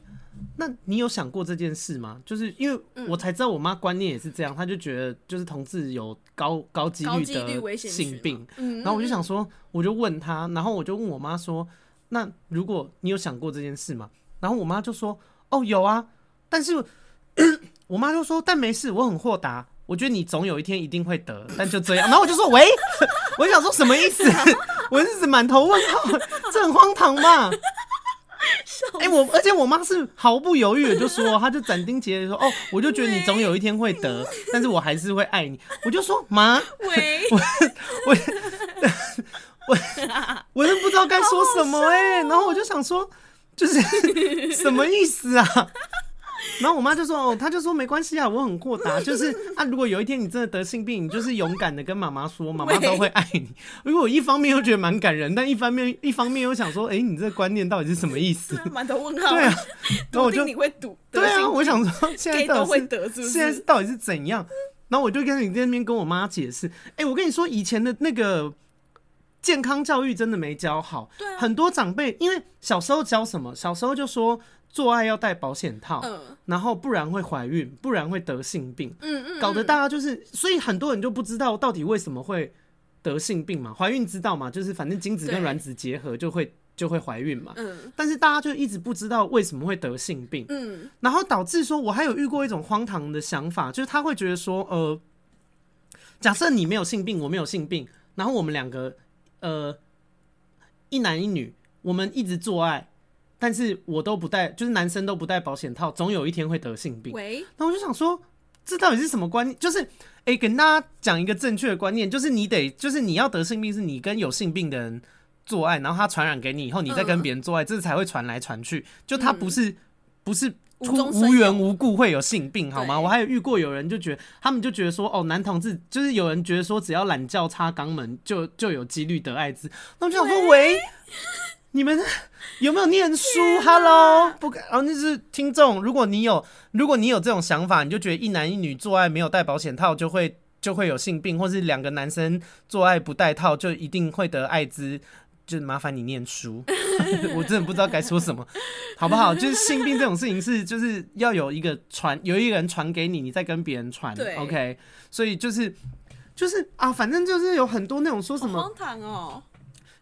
Speaker 2: 那你有想过这件事吗？就是因
Speaker 1: 嗯
Speaker 2: 为我才知道我妈观念也是这样，她就觉得就是同志有高高几
Speaker 1: 高几率
Speaker 2: 的
Speaker 1: 危险群
Speaker 2: 性
Speaker 1: 嘛
Speaker 2: 病，
Speaker 1: 嗯，
Speaker 2: 然后我就想说，我就问她，然后我就问我妈说，那如果你有想过这件事吗？然后我妈就说，哦，有啊，但是我妈就说，但没事，我很豁达。我觉得你总有一天一定会得，但就这样。然后我就说，喂， 我就想说什么意思？啊 我是指满头问号，这很荒唐嘛？哎、我而且我妈是毫不犹豫的就说，她就斩钉截铁地说，哦，我就觉得你总有一天会得，但是我还是会爱你。我就说，妈，
Speaker 1: 喂，
Speaker 2: 我都不知道该说什么哎、然后我就想说，就是 什么意思啊？然后我妈就说：“哦，她就说没关系啊，我很豁达，就是啊，如果有一天你真的得性病，你就是勇敢的跟妈妈说，妈妈都会爱你。”如果我一方面又觉得蛮感人，但一方面一方面又想说：“哎、你这个观念到底是什么意思
Speaker 1: 对啊 满头问？”号，
Speaker 2: 对啊，然
Speaker 1: 笃
Speaker 2: 后我就
Speaker 1: 定你会赌，
Speaker 2: 对
Speaker 1: 得
Speaker 2: 啊，
Speaker 1: 性
Speaker 2: 我想说现在
Speaker 1: gay
Speaker 2: 到
Speaker 1: 都
Speaker 2: 底
Speaker 1: 会
Speaker 2: 是
Speaker 1: 得，是不
Speaker 2: 现在是
Speaker 1: 是？
Speaker 2: 到底是怎样？然后我就跟你那边跟我妈解释，哎、我跟你说，以前的那个健康教育真的没教好，
Speaker 1: 对啊
Speaker 2: 很多长辈因为小时候教什么，小时候就说做爱要戴保险套，
Speaker 1: 嗯
Speaker 2: 然后不然会怀孕，不然会得性病，
Speaker 1: 嗯嗯，
Speaker 2: 搞得大家就是，所以很多人就不知道到底为什么会得性病嘛，怀孕知道嘛，就是反正精子跟
Speaker 1: 对
Speaker 2: 卵子结合就会就会怀孕嘛，
Speaker 1: 嗯
Speaker 2: 但是大家就一直不知道为什么会得性病。
Speaker 1: 嗯，
Speaker 2: 然后导致说，我还有遇过一种荒唐的想法，就是他会觉得说，呃，假设你没有性病，我没有性病，然后我们两个，呃，一男一女，我们一直做爱，但是我都不戴，就是男生都不戴保险套，总有一天会得性病。
Speaker 1: 喂，
Speaker 2: 那我就想说，这到底是什么观念？就是，哎、跟大家讲一个正确的观念，就是你得，就是你要得性病，是你跟有性病的人做爱，然后他传染给你以后，你再
Speaker 1: 嗯
Speaker 2: 跟别人做爱，这才会传来传去。就他不是、不是
Speaker 1: 无
Speaker 2: 出
Speaker 1: 中生
Speaker 2: 无缘
Speaker 1: 有
Speaker 2: 无故会有性病，好吗？
Speaker 1: 对
Speaker 2: 我还有遇过有人就觉得，他们就觉得说，哦，男同志就是有人觉得说，只要懒觉插肛门就就有几率得艾滋。那我就想说，喂，你们 有没有念书？Hello，不敢，然后就是听众，如果你有，如果你有这种想法，你就觉得一男一女做爱没有戴保险套就会就会有性病，或是两个男生做爱不戴套就一定会得艾滋。就麻烦你念书， 我真的不知道该说什么，好不好？就是性病这种事情是，就是要有一个传，有一个人传给你，你再跟别人传
Speaker 1: 对
Speaker 2: ，OK？所以就是就是啊，反正就是有很多那种说什
Speaker 1: 好
Speaker 2: 么
Speaker 1: 荒唐哦，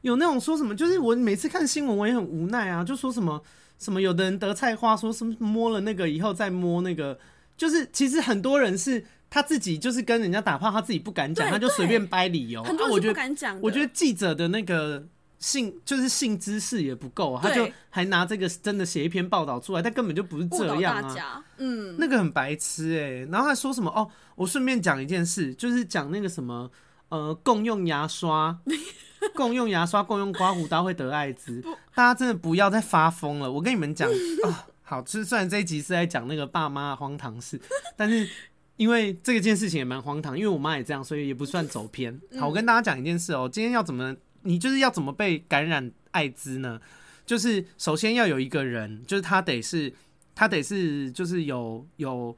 Speaker 2: 有那种说什么，就是我每次看新闻我也很无奈啊，就说什么什么有的人得菜花，说什么摸了那个以后再摸那个，就是其实很多人是他自己就是跟人家打炮，他自己不敢讲，
Speaker 1: 对
Speaker 2: 他就随便掰理由。
Speaker 1: 很多
Speaker 2: 啊
Speaker 1: 人
Speaker 2: 我
Speaker 1: 是
Speaker 2: 觉
Speaker 1: 不
Speaker 2: 得
Speaker 1: 敢讲的，
Speaker 2: 我觉得记者的那个。性就是性知识也不够，他就
Speaker 1: 对
Speaker 2: 还拿这个真的写一篇报道出来，但根本就不是
Speaker 1: 误
Speaker 2: 这
Speaker 1: 导
Speaker 2: 样
Speaker 1: 大
Speaker 2: 啊。
Speaker 1: 家，嗯，
Speaker 2: 那个很白痴哎、然后还说什么哦，我顺便讲一件事，就是讲那个什么呃，共用牙刷， 共用牙刷，共用刮胡刀会得艾滋，大家真的不要再发疯了。我跟你们讲 啊，好，就是虽然这一集是在讲那个爸妈的荒唐事， 但是。因为这件事情也蛮荒唐，因为我妈也这样，所以也不算走偏。好，我跟大家讲一件事哦、今天要怎么，你就是要怎么被感染艾滋呢？就是首先要有一个人，就是他得是他得是就是有有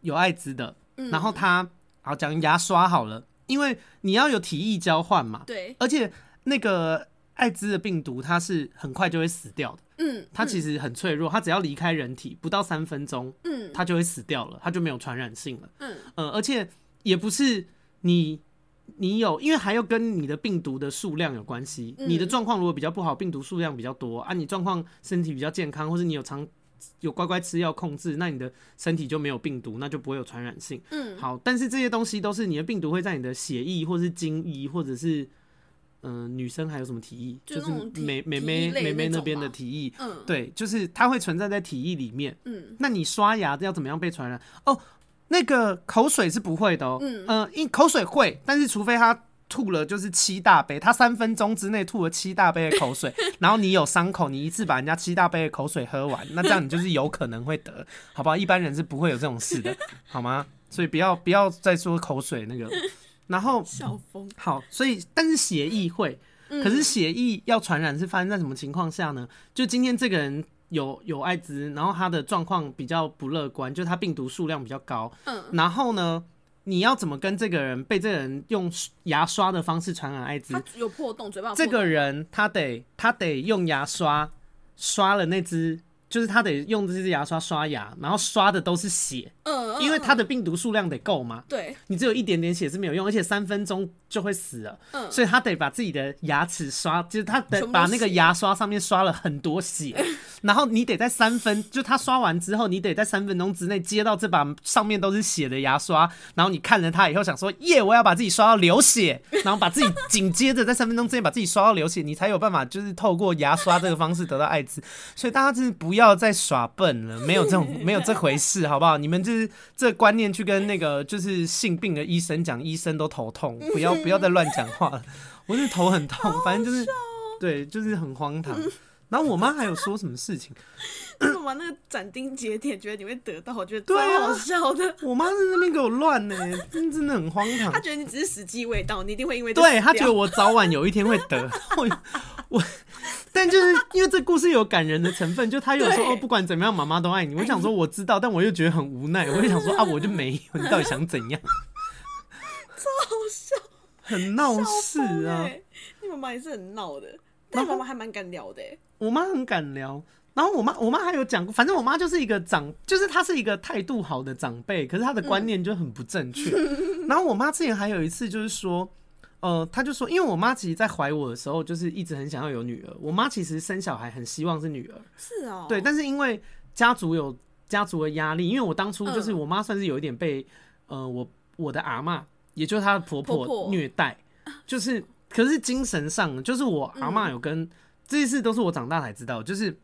Speaker 2: 有艾滋的，
Speaker 1: 嗯
Speaker 2: 然后他好讲牙刷好了，因为你要有体液交换嘛，
Speaker 1: 对，
Speaker 2: 而且那个艾滋的病毒它是很快就会死掉的，
Speaker 1: 嗯，
Speaker 2: 它其实很脆弱，它只要离开人体不到三分钟，
Speaker 1: 嗯
Speaker 2: 它就会死掉了，它就没有传染性了。
Speaker 1: 嗯，
Speaker 2: 呃，而且也不是你你有，因为还要跟你的病毒的数量有关系。
Speaker 1: 嗯
Speaker 2: 你的状况如果比较不好，病毒数量比较多啊，你状况身体比较健康，或是你有常有乖乖吃药控制，那你的身体就没有病毒，那就不会有传染性。
Speaker 1: 嗯，
Speaker 2: 好，但是这些东西都是你的病毒会在你的血液，或是精液，或者是。嗯、女生还有什么体液？
Speaker 1: 就
Speaker 2: 就是
Speaker 1: 那种体
Speaker 2: 美美
Speaker 1: 体
Speaker 2: 眉
Speaker 1: 液类
Speaker 2: 美眉
Speaker 1: 那
Speaker 2: 那
Speaker 1: 种
Speaker 2: 边
Speaker 1: 吧
Speaker 2: 的体液，
Speaker 1: 嗯
Speaker 2: 对，就是它会存在在体液里面。
Speaker 1: 嗯，
Speaker 2: 那你刷牙要怎么样被传染？哦，那个口水是不会的哦。嗯，呃，因口水会，但是除非他吐了就是七大杯，他三分钟之内吐了七大杯的口水，然后你有伤口，你一次把人家七大杯的口水喝完，那这样你就是有可能会得，好不好？一般人是不会有这种事的，好吗？所以不要不要再说口水那个。然后
Speaker 1: 笑疯，
Speaker 2: 好，所以但是血液会，
Speaker 1: 嗯
Speaker 2: 可是血液要传染是发生在什么情况下呢？就今天这个人有有艾滋，然后他的状况比较不乐观，就是他病毒数量比较高，
Speaker 1: 嗯，
Speaker 2: 然后呢，你要怎么跟这个人被这个人用牙刷的方式传染艾滋
Speaker 1: 他？有破洞，嘴巴有破
Speaker 2: 这
Speaker 1: 洞
Speaker 2: 个人他得他得用牙刷刷了那只，就是他得用这支牙刷刷牙，然后刷的都是血，
Speaker 1: 嗯，嗯
Speaker 2: 因为
Speaker 1: 嗯
Speaker 2: 他的病毒数量得够嘛。
Speaker 1: 对
Speaker 2: 你只有一点点血是没有用，而且三分钟就会死了，
Speaker 1: 嗯
Speaker 2: 所以他得把自己的牙齿刷，就是他
Speaker 1: 全
Speaker 2: 得
Speaker 1: 部都
Speaker 2: 把那个
Speaker 1: 血
Speaker 2: 牙刷上面刷了很多血， 然后你得在三分，就他刷完之后，你得在三分钟之内接到这把上面都是血的牙刷，然后你看了它以后想说，耶，我要把自己刷到流血， 然后把自己紧接着在三分钟之内把自己刷到流血，你才有办法就是透过牙刷这个方式得到艾滋，所以大家真是不要再耍笨了，没有这种没有这回事，好不好？你们就是这观念去跟那个就是性病的医生讲，医生都头痛，不要不要再乱讲话了，我是头很痛，反正就是对，就是很荒唐。然后我妈还有说什么事情，
Speaker 1: 为什么那个斩钉截铁，觉得你会得到，我觉得
Speaker 2: 对啊
Speaker 1: 超好笑的。
Speaker 2: 我妈在那边给我乱呢、真真的很荒唐
Speaker 1: 他。觉得你只是时机未到，你一定会因为这
Speaker 2: 对
Speaker 1: 死
Speaker 2: 她觉
Speaker 1: 掉
Speaker 2: 得我早晚有一天会得， 我我，但就是因为这故事有感人的成分，就她有说
Speaker 1: 对
Speaker 2: 哦，不管怎么样，妈妈都哎爱你。我想说我知道，但我又觉得很无奈，我就 想说啊，我就没有，你到底想怎样？ 很闹事
Speaker 1: 疯
Speaker 2: 啊！
Speaker 1: 欸你妈妈也是很闹的，但你妈妈还蛮敢聊的、欸。
Speaker 2: 我妈很敢聊。然后我妈，我妈还有讲过，反正我妈就是一个长，就是她是一个态度好的长辈，可是她的观念就很不正确。 然后我妈之前还有一次就是说，呃，她就说，因为我妈其实在怀我的时候，就是一直很想要有女儿。我妈其实生小孩很希望是女儿，
Speaker 1: 是哦，
Speaker 2: 对，但是因为家族有家族的压力，因为我当初就是
Speaker 1: 嗯
Speaker 2: 我妈算是有一点被，呃，我我的阿嬷，也就是她的婆
Speaker 1: 婆婆
Speaker 2: 虐待，就是可是精神上，就是我阿
Speaker 1: 嗯
Speaker 2: 嬷有跟、这一次都是我长大才知道，就是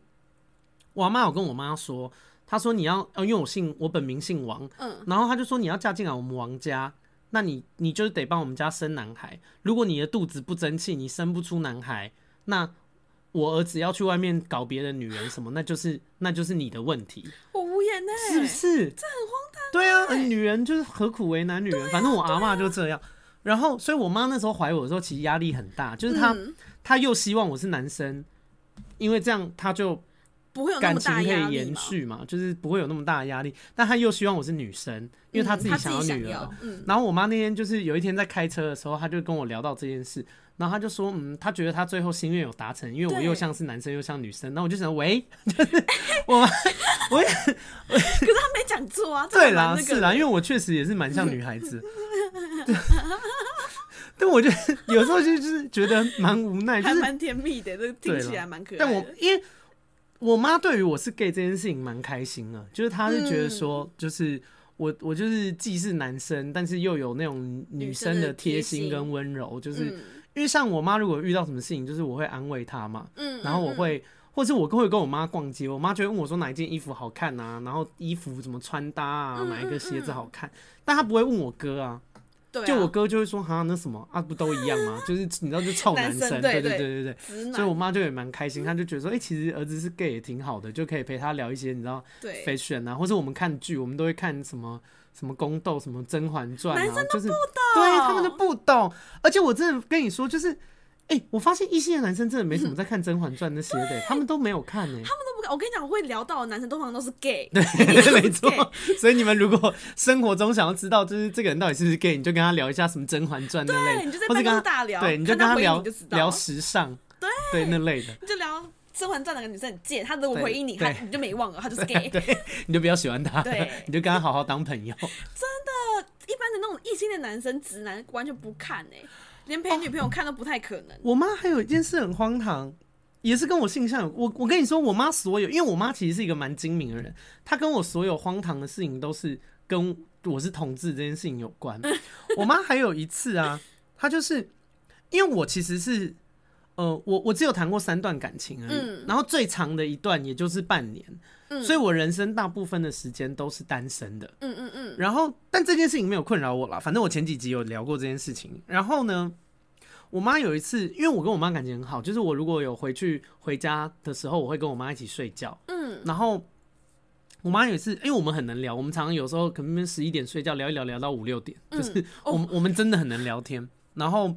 Speaker 2: 我阿嬷有跟我妈说，她说你要，呃，因为我姓我本名姓王，
Speaker 1: 嗯，
Speaker 2: 然后她就说你要嫁进来我们王家。那你你就是得帮我们家生男孩，如果你的肚子不争气，你生不出男孩，那我儿子要去外面搞别的女人什么，那就是那就是你的问题，
Speaker 1: 我无言呢、
Speaker 2: 是不是？这很荒唐。对啊啊，呃女人就是何苦为难女人？反正我阿嬷就这样。然后，所以我妈那时候怀我的时候，其实压力很大，就是她、
Speaker 1: 嗯
Speaker 2: 她又希望我是男生，因为这样她就
Speaker 1: 不会有那
Speaker 2: 感
Speaker 1: 么
Speaker 2: 情
Speaker 1: 大
Speaker 2: 可
Speaker 1: 压
Speaker 2: 以
Speaker 1: 力
Speaker 2: 延
Speaker 1: 嘛？
Speaker 2: 续嘛，嗯就是不会有那么大的压力。但她又希望我是女生，因为她
Speaker 1: 嗯
Speaker 2: 自己想要女
Speaker 1: 想
Speaker 2: 儿。
Speaker 1: 要， 嗯，
Speaker 2: 然后我妈那天就是有一天在开车的时候，她就跟我聊到这件事，然后她就说，嗯，她觉得她最后心愿有达成，因为我
Speaker 1: 对
Speaker 2: 又像是男生又像女生。那我就想，喂， 就是我妈，我也
Speaker 1: 可是他没讲错啊，这
Speaker 2: 对
Speaker 1: 还
Speaker 2: 啦，
Speaker 1: 蛮那个
Speaker 2: 是啦，因为我确实也是蛮像女孩子。 对但我就有时候就就是觉得蛮无奈，就
Speaker 1: 还
Speaker 2: 是
Speaker 1: 蛮甜蜜的，这听起来蛮可爱的。
Speaker 2: 但我因为我妈对于我是 gay 这件事情蛮开心的，就是她是觉得
Speaker 1: 嗯
Speaker 2: 说，就是我我就是既是男生，但是又有那种女生的贴心跟温柔，就是
Speaker 1: 嗯
Speaker 2: 因为像我妈如果遇到什么事情，就是我会安慰她嘛，
Speaker 1: 嗯，
Speaker 2: 然后我
Speaker 1: 嗯
Speaker 2: 会。或是我会跟我妈逛街，我妈就会问我说哪一件衣服好看啊，然后衣服怎么穿搭啊，
Speaker 1: 嗯
Speaker 2: 哪一
Speaker 1: 嗯
Speaker 2: 个鞋子好看，但她不会问我哥啊，
Speaker 1: 对啊
Speaker 2: 就我哥就会说哈那什么啊不都一样吗？就是你知道就臭
Speaker 1: 男
Speaker 2: 男
Speaker 1: 生
Speaker 2: 生，
Speaker 1: 对
Speaker 2: 对对
Speaker 1: 对
Speaker 2: 对对，
Speaker 1: 直
Speaker 2: 所以
Speaker 1: 男
Speaker 2: 我妈就也蛮开心，她就觉得说，哎、其实儿子是 gay 也挺好的，就可以陪他聊一些你知道
Speaker 1: 对
Speaker 2: fashion 啊，或者我们看剧，我们都会看什么什么宫斗、什么《甄嬛传》
Speaker 1: 男
Speaker 2: 啊，就是对他们都不懂。而且我真的跟你说，就是，哎、我发现一线的男生真的没什么在看《甄嬛传》那些的、他们都没有看呢、
Speaker 1: 他们都不敢。我跟你讲，会聊到的男生通常都是 gay，
Speaker 2: 对， 没错。所以你们如果生活中想要知道，就是这个人到底是不是 gay，你就跟他聊一下什么《甄嬛传》那类
Speaker 1: 对，
Speaker 2: 的，
Speaker 1: 你就在
Speaker 2: 或者
Speaker 1: 办
Speaker 2: 跟
Speaker 1: 公
Speaker 2: 他
Speaker 1: 室大聊，
Speaker 2: 对，你就
Speaker 1: 看
Speaker 2: 跟
Speaker 1: 他
Speaker 2: 他
Speaker 1: 回
Speaker 2: 聊
Speaker 1: 你就知道
Speaker 2: 聊时尚，对对那类的。
Speaker 1: 你就聊《甄嬛传》哪个女生很贱，她如果
Speaker 2: 对
Speaker 1: 回应你，她
Speaker 2: 对
Speaker 1: 你就没忘了，她就是 gay。
Speaker 2: 你就不要喜欢他，
Speaker 1: 对
Speaker 2: 你就跟他好好当朋友。
Speaker 1: 一般的那种异性恋男生，直男完全不看哎、连陪女朋友看都不太可 能。
Speaker 2: 我妈还有一件事很荒唐，也是跟我性向有。我我跟你说，我妈所有，因为我妈其实是一个蛮精明的人，她跟我所有荒唐的事情都是跟我是同志这件事情有 关。我妈还有一次啊，她就是因为我其实是。呃，我我只有谈过三段感情而已，
Speaker 1: 嗯
Speaker 2: 然后最长的一段也就是半年，
Speaker 1: 嗯
Speaker 2: 所以我人生大部分的时间都是单身的。
Speaker 1: 嗯嗯嗯，
Speaker 2: 然后，但这件事情没有困扰我啦。反正我前几集有聊过这件事情。然后呢，我妈有一次，因为我跟我妈感情很好，就是我如果有回去回家的时候，我会跟我妈一起睡觉。
Speaker 1: 嗯，
Speaker 2: 然后我妈有一次，因为我们很能聊，我们常常有时候可能十一点睡觉，聊一聊聊到五六点，
Speaker 1: 嗯
Speaker 2: 就是
Speaker 1: 哦
Speaker 2: 我们、我们真的很能聊天。然后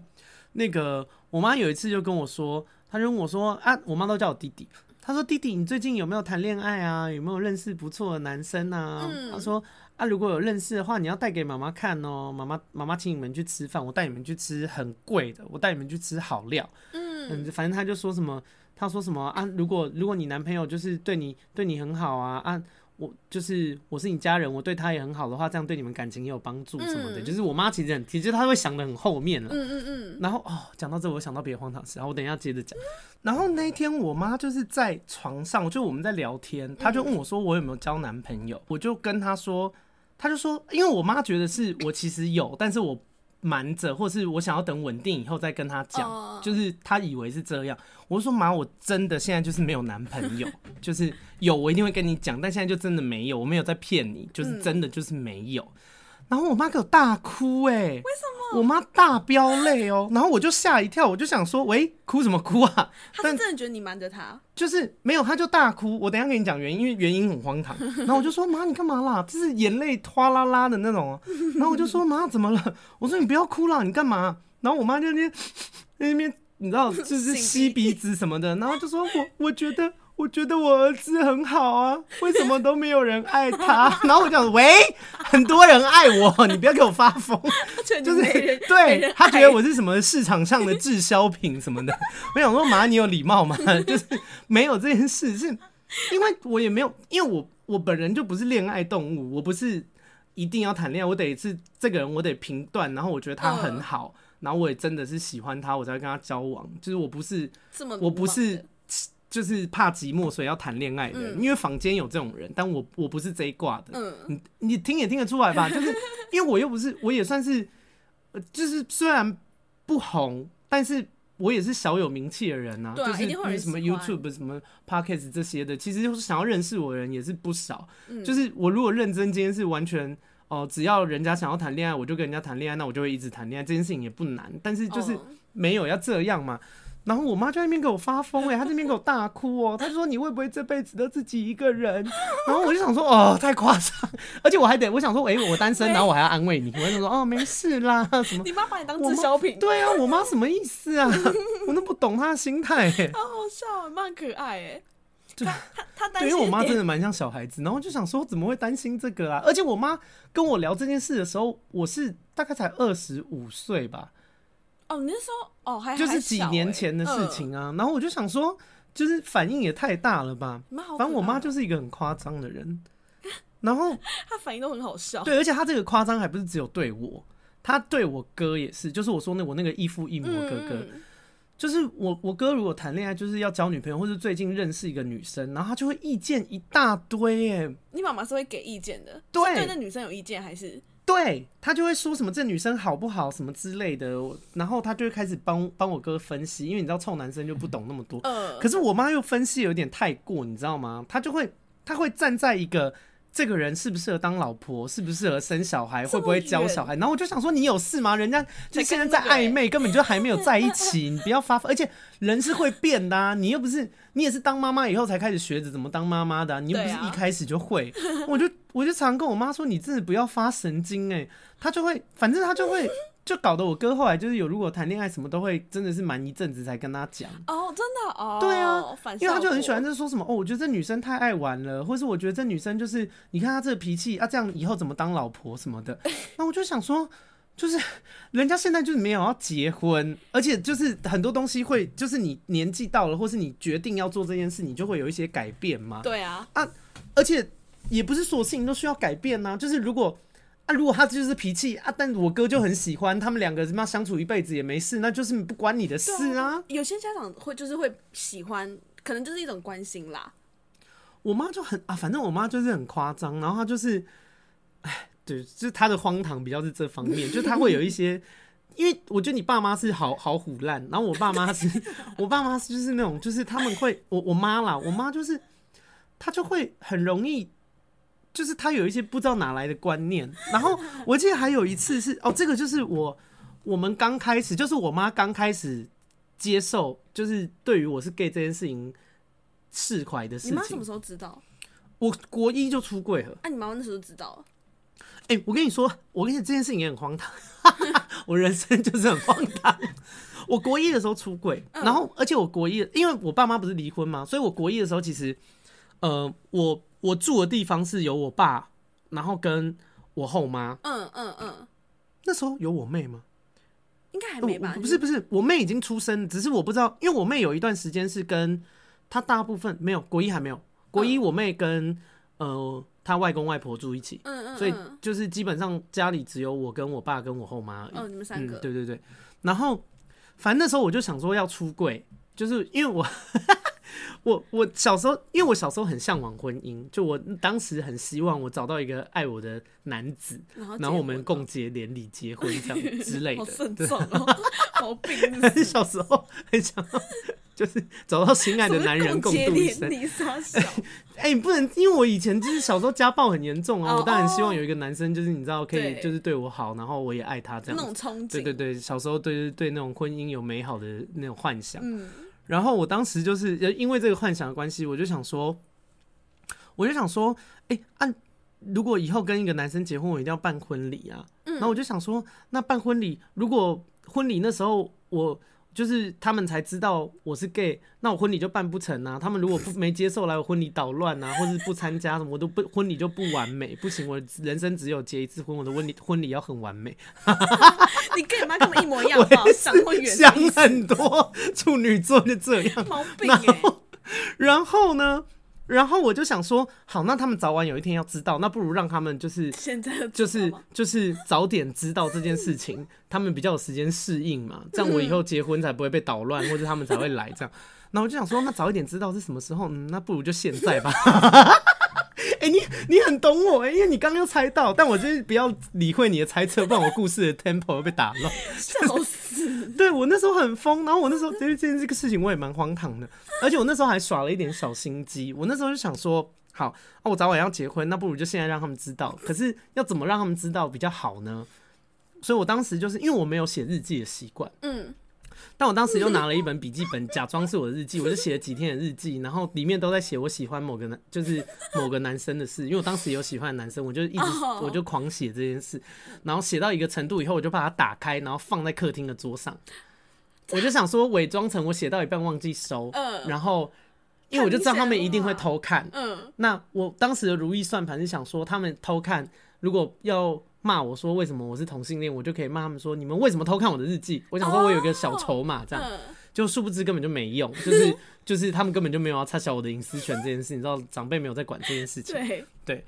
Speaker 2: 那个我妈有一次就跟我说，她就问我说啊，我妈都叫我弟弟，他说：“弟弟，你最近有没有谈恋爱啊？有没有认识不错的男生啊？”
Speaker 1: 嗯
Speaker 2: 他说：“啊，如果有认识的话，你要带给妈妈看哦。妈妈，妈妈请你们去吃饭，我带你们去吃很贵的，我带你们去吃好料。嗯，
Speaker 1: 嗯，
Speaker 2: 反正他就说什么，他说什么啊？如果如果你男朋友就是对你对你很好啊啊，我就是我是你家人，我对他也很好的话，这样对你们感情也有帮助什么的。
Speaker 1: 嗯
Speaker 2: 就是我妈其实很，其实她会想的很后面了。
Speaker 1: 嗯嗯嗯，
Speaker 2: 然后哦，讲到这，我想到别的荒唐事，好，我等一下接着讲。然后那一天，我妈就是在床上，就我们在聊天，她就问我说我有没有交男朋友，我就跟她说，她就说，因为我妈觉得是我其实有，但是我瞒着，或是我想要等稳定以后再跟她讲，
Speaker 1: 哦
Speaker 2: 就是她以为是这样。我就说妈，我真的现在就是没有男朋友，就是有我一定会跟你讲，但现在就真的没有，我没有在骗你，就是真的就是没有。然后我妈给我大哭、哎，为什么？我妈大飙泪哦，然后我就吓一跳，我就想说，喂，哭什么哭啊？
Speaker 1: 他
Speaker 2: 但
Speaker 1: 是真的觉得你瞒着他，
Speaker 2: 就是没有，她就大哭。我等一下跟你讲原因，因为原因很荒唐。然后我就说，妈，你干嘛啦？就是眼泪哗啦啦的那种、哦。然后我就说，妈，怎么了？我说你不要哭啦，你干嘛？然后我妈就在那边在那边，你知道，就是吸
Speaker 1: 擤
Speaker 2: 鼻子什么的，然后就说我我觉得。我觉得我儿子很好啊，为什么都没有人爱他？然后我讲，喂，很多人爱我，你不要给我发疯。
Speaker 1: 他 觉得你
Speaker 2: 就是
Speaker 1: 没人，没
Speaker 2: 对
Speaker 1: 人
Speaker 2: 他觉得
Speaker 1: 爱
Speaker 2: 我是什么市场上的滞销品什么的。我想说，妈，你有礼貌吗？ 就是没有这件事，是因为我也没有，因为我我本人就不是恋爱动物，我不是一定要谈恋爱，我得是这个人，我得评断，然后我觉得他
Speaker 1: 嗯
Speaker 2: 很好，然后我也真的是喜欢他，我才会跟他交往。就是我不是
Speaker 1: 这么鲁莽的，
Speaker 2: 我不是就是怕寂寞所以要谈恋爱的人，因为坊间有这种人，但我我不是这一挂的。
Speaker 1: 嗯，
Speaker 2: 你你听也听得出 来吧？就是因为我又不是，我也算是，呃就是虽然不红，但是我也是小有名气的人呐、
Speaker 1: 对啊
Speaker 2: 就
Speaker 1: 一定会有
Speaker 2: 是
Speaker 1: 人
Speaker 2: 什么
Speaker 1: 喜欢
Speaker 2: YouTube、什么 Podcast 这些的，其实就是想要认识我的人也是不少。
Speaker 1: 嗯
Speaker 2: 就是我如果认真，今天是完全哦、只要人家想要谈恋爱，我就跟人家谈恋爱，那我就会一直谈恋爱，这件事情也不难。但是就是
Speaker 1: 哦
Speaker 2: 没有要这样嘛。然后我妈就在那边给我发疯哎、她在那边给我大哭哦、 她就说你会不会这辈子都自己一个人？然后我就想说哦，太夸张，而且我还得我想说，哎、我单身，然后我还要安慰你，我就想说哦，没事啦，什么？
Speaker 1: 你妈把你当
Speaker 2: 我
Speaker 1: 滞
Speaker 2: 妈
Speaker 1: 销品，
Speaker 2: 对啊，我妈什么意思啊？我都不懂她的心态、欸。
Speaker 1: 好好笑，蛮可爱哎。
Speaker 2: 对
Speaker 1: 他他他担心
Speaker 2: 对，因为我妈
Speaker 1: 点
Speaker 2: 真的蛮像小孩子，然后就想说怎么会担心这个啊？而且我妈跟我聊这件事的时候，我是大概才二十五岁吧，
Speaker 1: 哦，你是说哦还
Speaker 2: 就是
Speaker 1: 还
Speaker 2: 几
Speaker 1: 小
Speaker 2: 年
Speaker 1: 欸
Speaker 2: 前的事，
Speaker 1: 嗯
Speaker 2: 情啊。然后我就想说，就是反应也太大了吧。
Speaker 1: 你妈好可爱哦，
Speaker 2: 反正我妈就是一个很夸张的人，然后
Speaker 1: 她反应都很好笑，
Speaker 2: 对，而且她这个夸张还不是只有对我，她对我哥也是，就是我说那我那个异父异母
Speaker 1: 嗯，
Speaker 2: 的哥哥，
Speaker 1: 嗯
Speaker 2: 就是我我哥如果谈恋爱就是要交女朋友，或是最近认识一个女生，然后他就会意见一大堆耶，
Speaker 1: 你妈妈是会给意见的，是
Speaker 2: 对
Speaker 1: 对那女生有意见还是
Speaker 2: 对他就会说什么这女生好不好什么之类的，我然后他就会开始帮帮我哥分析，因为你知道臭男生就不懂那么多，
Speaker 1: 呃
Speaker 2: 可是我妈又分析有点太过，你知道吗？她就会她会站在一个这个人适不适合当老婆，适不适合生小孩，
Speaker 1: 这么
Speaker 2: 会不会教小孩，然后我就想说你有事吗？人家就现在在暧昧，根本就还没有在一起，你不要发疯。而且人是会变的、啊，你又不是你也是当妈妈以后才开始学着怎么当妈妈的啊、你又不是
Speaker 1: 对啊
Speaker 2: 一开始就 会。我就我就常跟我妈说，你真的不要发神经哎、她就会，反正她就会。就搞得我哥后来就是有，如果谈恋爱什么都会真的是瞒一阵子才跟她讲。
Speaker 1: 哦真的哦，
Speaker 2: 对啊，
Speaker 1: 反
Speaker 2: 因为他
Speaker 1: 效
Speaker 2: 就很喜
Speaker 1: 果
Speaker 2: 欢就是说什么哦，我觉得这女生太爱玩了，或是我觉得这女生就是你看她这个脾气啊，这样以后怎么当老婆什么的。那我就想说，就是人家现在就是没有要结婚，而且就是很多东西会，就是你年纪到了，或是你决定要做这件事，你就会有一些改变嘛。
Speaker 1: 对啊，
Speaker 2: 而且也不是所有事情都需要改变呐、就是如果啊，如果他就是脾气啊，但我哥就很喜欢，他们两个他妈相处一辈子也没事，那就是不关你的事
Speaker 1: 对
Speaker 2: 啊。
Speaker 1: 有些家长会就是会喜欢，可能就是一种关心啦，
Speaker 2: 我妈就很啊，反正我妈就是很夸张，然后她就是，哎，对，就是她的荒唐比较是这方面，就她会有一些，因为我觉得你爸妈是好好虎烂，然后我爸妈是，我爸妈是就是那种，就是他们会，我我妈啦，我妈就是，她就会很容易。就是她有一些不知道哪来的观念，然后我记得还有一次是哦，这个就是我我们刚开始，就是我妈刚开始接受，就是对于我是 gay 这件事情释怀的事
Speaker 1: 你
Speaker 2: 情。
Speaker 1: 妈什么时候知道？
Speaker 2: 我国一就出柜了。
Speaker 1: 啊，你妈妈那时候就知道了，
Speaker 2: 哎、我跟你说，我跟你这件事情也很荒唐，我人生就是很荒唐。我国一的时候出柜，
Speaker 1: 嗯
Speaker 2: 然后而且我国一，因为我爸妈不是离婚嘛，所以我国一的时候其实，呃，我我住的地方是有我爸，然后跟我后妈，
Speaker 1: 嗯嗯嗯，
Speaker 2: 那时候有我妹吗？呃
Speaker 1: 应该还没吧
Speaker 2: 我？不是不是，我妹已经出生了，只是我不知道，因为我妹有一段时间是跟她大部分没有国一还没有国
Speaker 1: 嗯
Speaker 2: 一，我妹跟呃她外公外婆住一起，
Speaker 1: 嗯，嗯嗯，
Speaker 2: 所以就是基本上家里只有我跟我爸跟我后妈而已。
Speaker 1: 哦，你们三个
Speaker 2: 嗯，，对对对。然后反正那时候我就想说要出柜，就是因为我我我小时候，因为我小时候很向往婚姻，就我当时很希望我找到一个爱我的男子，
Speaker 1: 然后
Speaker 2: 然后我们
Speaker 1: 哦结
Speaker 2: 共结连理结婚 这样之类
Speaker 1: 婚好
Speaker 2: 的。
Speaker 1: 慎
Speaker 2: 对
Speaker 1: 重哦，毛病是 不是
Speaker 2: 小时候很想要， 就是找到心爱的男人共
Speaker 1: 结
Speaker 2: 度一
Speaker 1: 连
Speaker 2: 生。
Speaker 1: 理傻小，
Speaker 2: 哎、你不能，因为我以前就是小时候家暴很严重啊，
Speaker 1: 哦
Speaker 2: 我当然希望有一个男生，就是你知道可以
Speaker 1: 对
Speaker 2: 就是对我好，然后我也爱他这
Speaker 1: 那
Speaker 2: 样子
Speaker 1: 种憧憬，
Speaker 2: 对对对，小时候对对那种婚姻有美好的那种幻想。
Speaker 1: 嗯
Speaker 2: 然后我当时就是呃因为这个幻想的关系，我就想说，我就想说，哎、按、如果以后跟一个男生结婚，我一定要办婚礼啊。然后我就想说，那办婚礼，如果婚礼那时候我就是他们才知道我是 gay，那我婚礼就办不成啊。他们如果不没接受来我婚礼捣乱啊，或是不参加什么，我都不婚礼就不完美，不行，我人生只有结一次婚，我的婚礼婚礼要很完美。
Speaker 1: 你跟你妈根本一模 一样，好不好？想那么远，
Speaker 2: 想很多，处女座就这 样。
Speaker 1: 毛病
Speaker 2: 然
Speaker 1: 哎，
Speaker 2: 后，然后呢？然后我就想说，好，那他们早晚有一天要知道，那不如让他们就是
Speaker 1: 现在的
Speaker 2: 就是就是早点知道这件事情，他们比较有时间适应嘛，这样我以后结婚才不会被捣乱，或者他们才会来这样。那我就想说，那早一点知道是什么时候，嗯，那不如就现在吧。 哎、你你很懂我哎、因为你刚刚又猜到，但我就是不要理会你的猜测，不然我故事的 tempo 会被打乱。
Speaker 1: 笑 死，
Speaker 2: 对我那时候很疯，然后我那时候对这件这个事情我也蛮荒唐的，而且我那时候还耍了一点小心机。我那时候就想说，好啊，我早晚要结婚，那不如就现在让他们知道。可是要怎么让他们知道比较好呢？所以我当时就是因为我没有写日记的习惯，
Speaker 1: 嗯，
Speaker 2: 但我当时就拿了一本笔记本，假装是我的日记，我就写了几天的日记，然后里面都在写我喜欢某个男，就是某个男生的事，因为我当时有喜欢的男生，我就一直
Speaker 1: 哦
Speaker 2: 我就狂写这件事，然后写到一个程度以后，我就把它打开，然后放在客厅的桌上，我就想说伪装成我写到一半忘记收，
Speaker 1: 嗯
Speaker 2: 然后因为我就知道他们一定会偷看，
Speaker 1: 嗯，
Speaker 2: 那我当时的如意算盘是想说，他们偷看，如果要骂我说为什么我是同性恋，我就可以骂他们说你们为什么偷看我的日记？我想说我有一个小筹码，这样、
Speaker 1: 嗯
Speaker 2: 就殊不知根本就没用，就是 就是他们根本就没有要插小我的隐私权这件事，你知道长辈没有在管这件事情。
Speaker 1: 对。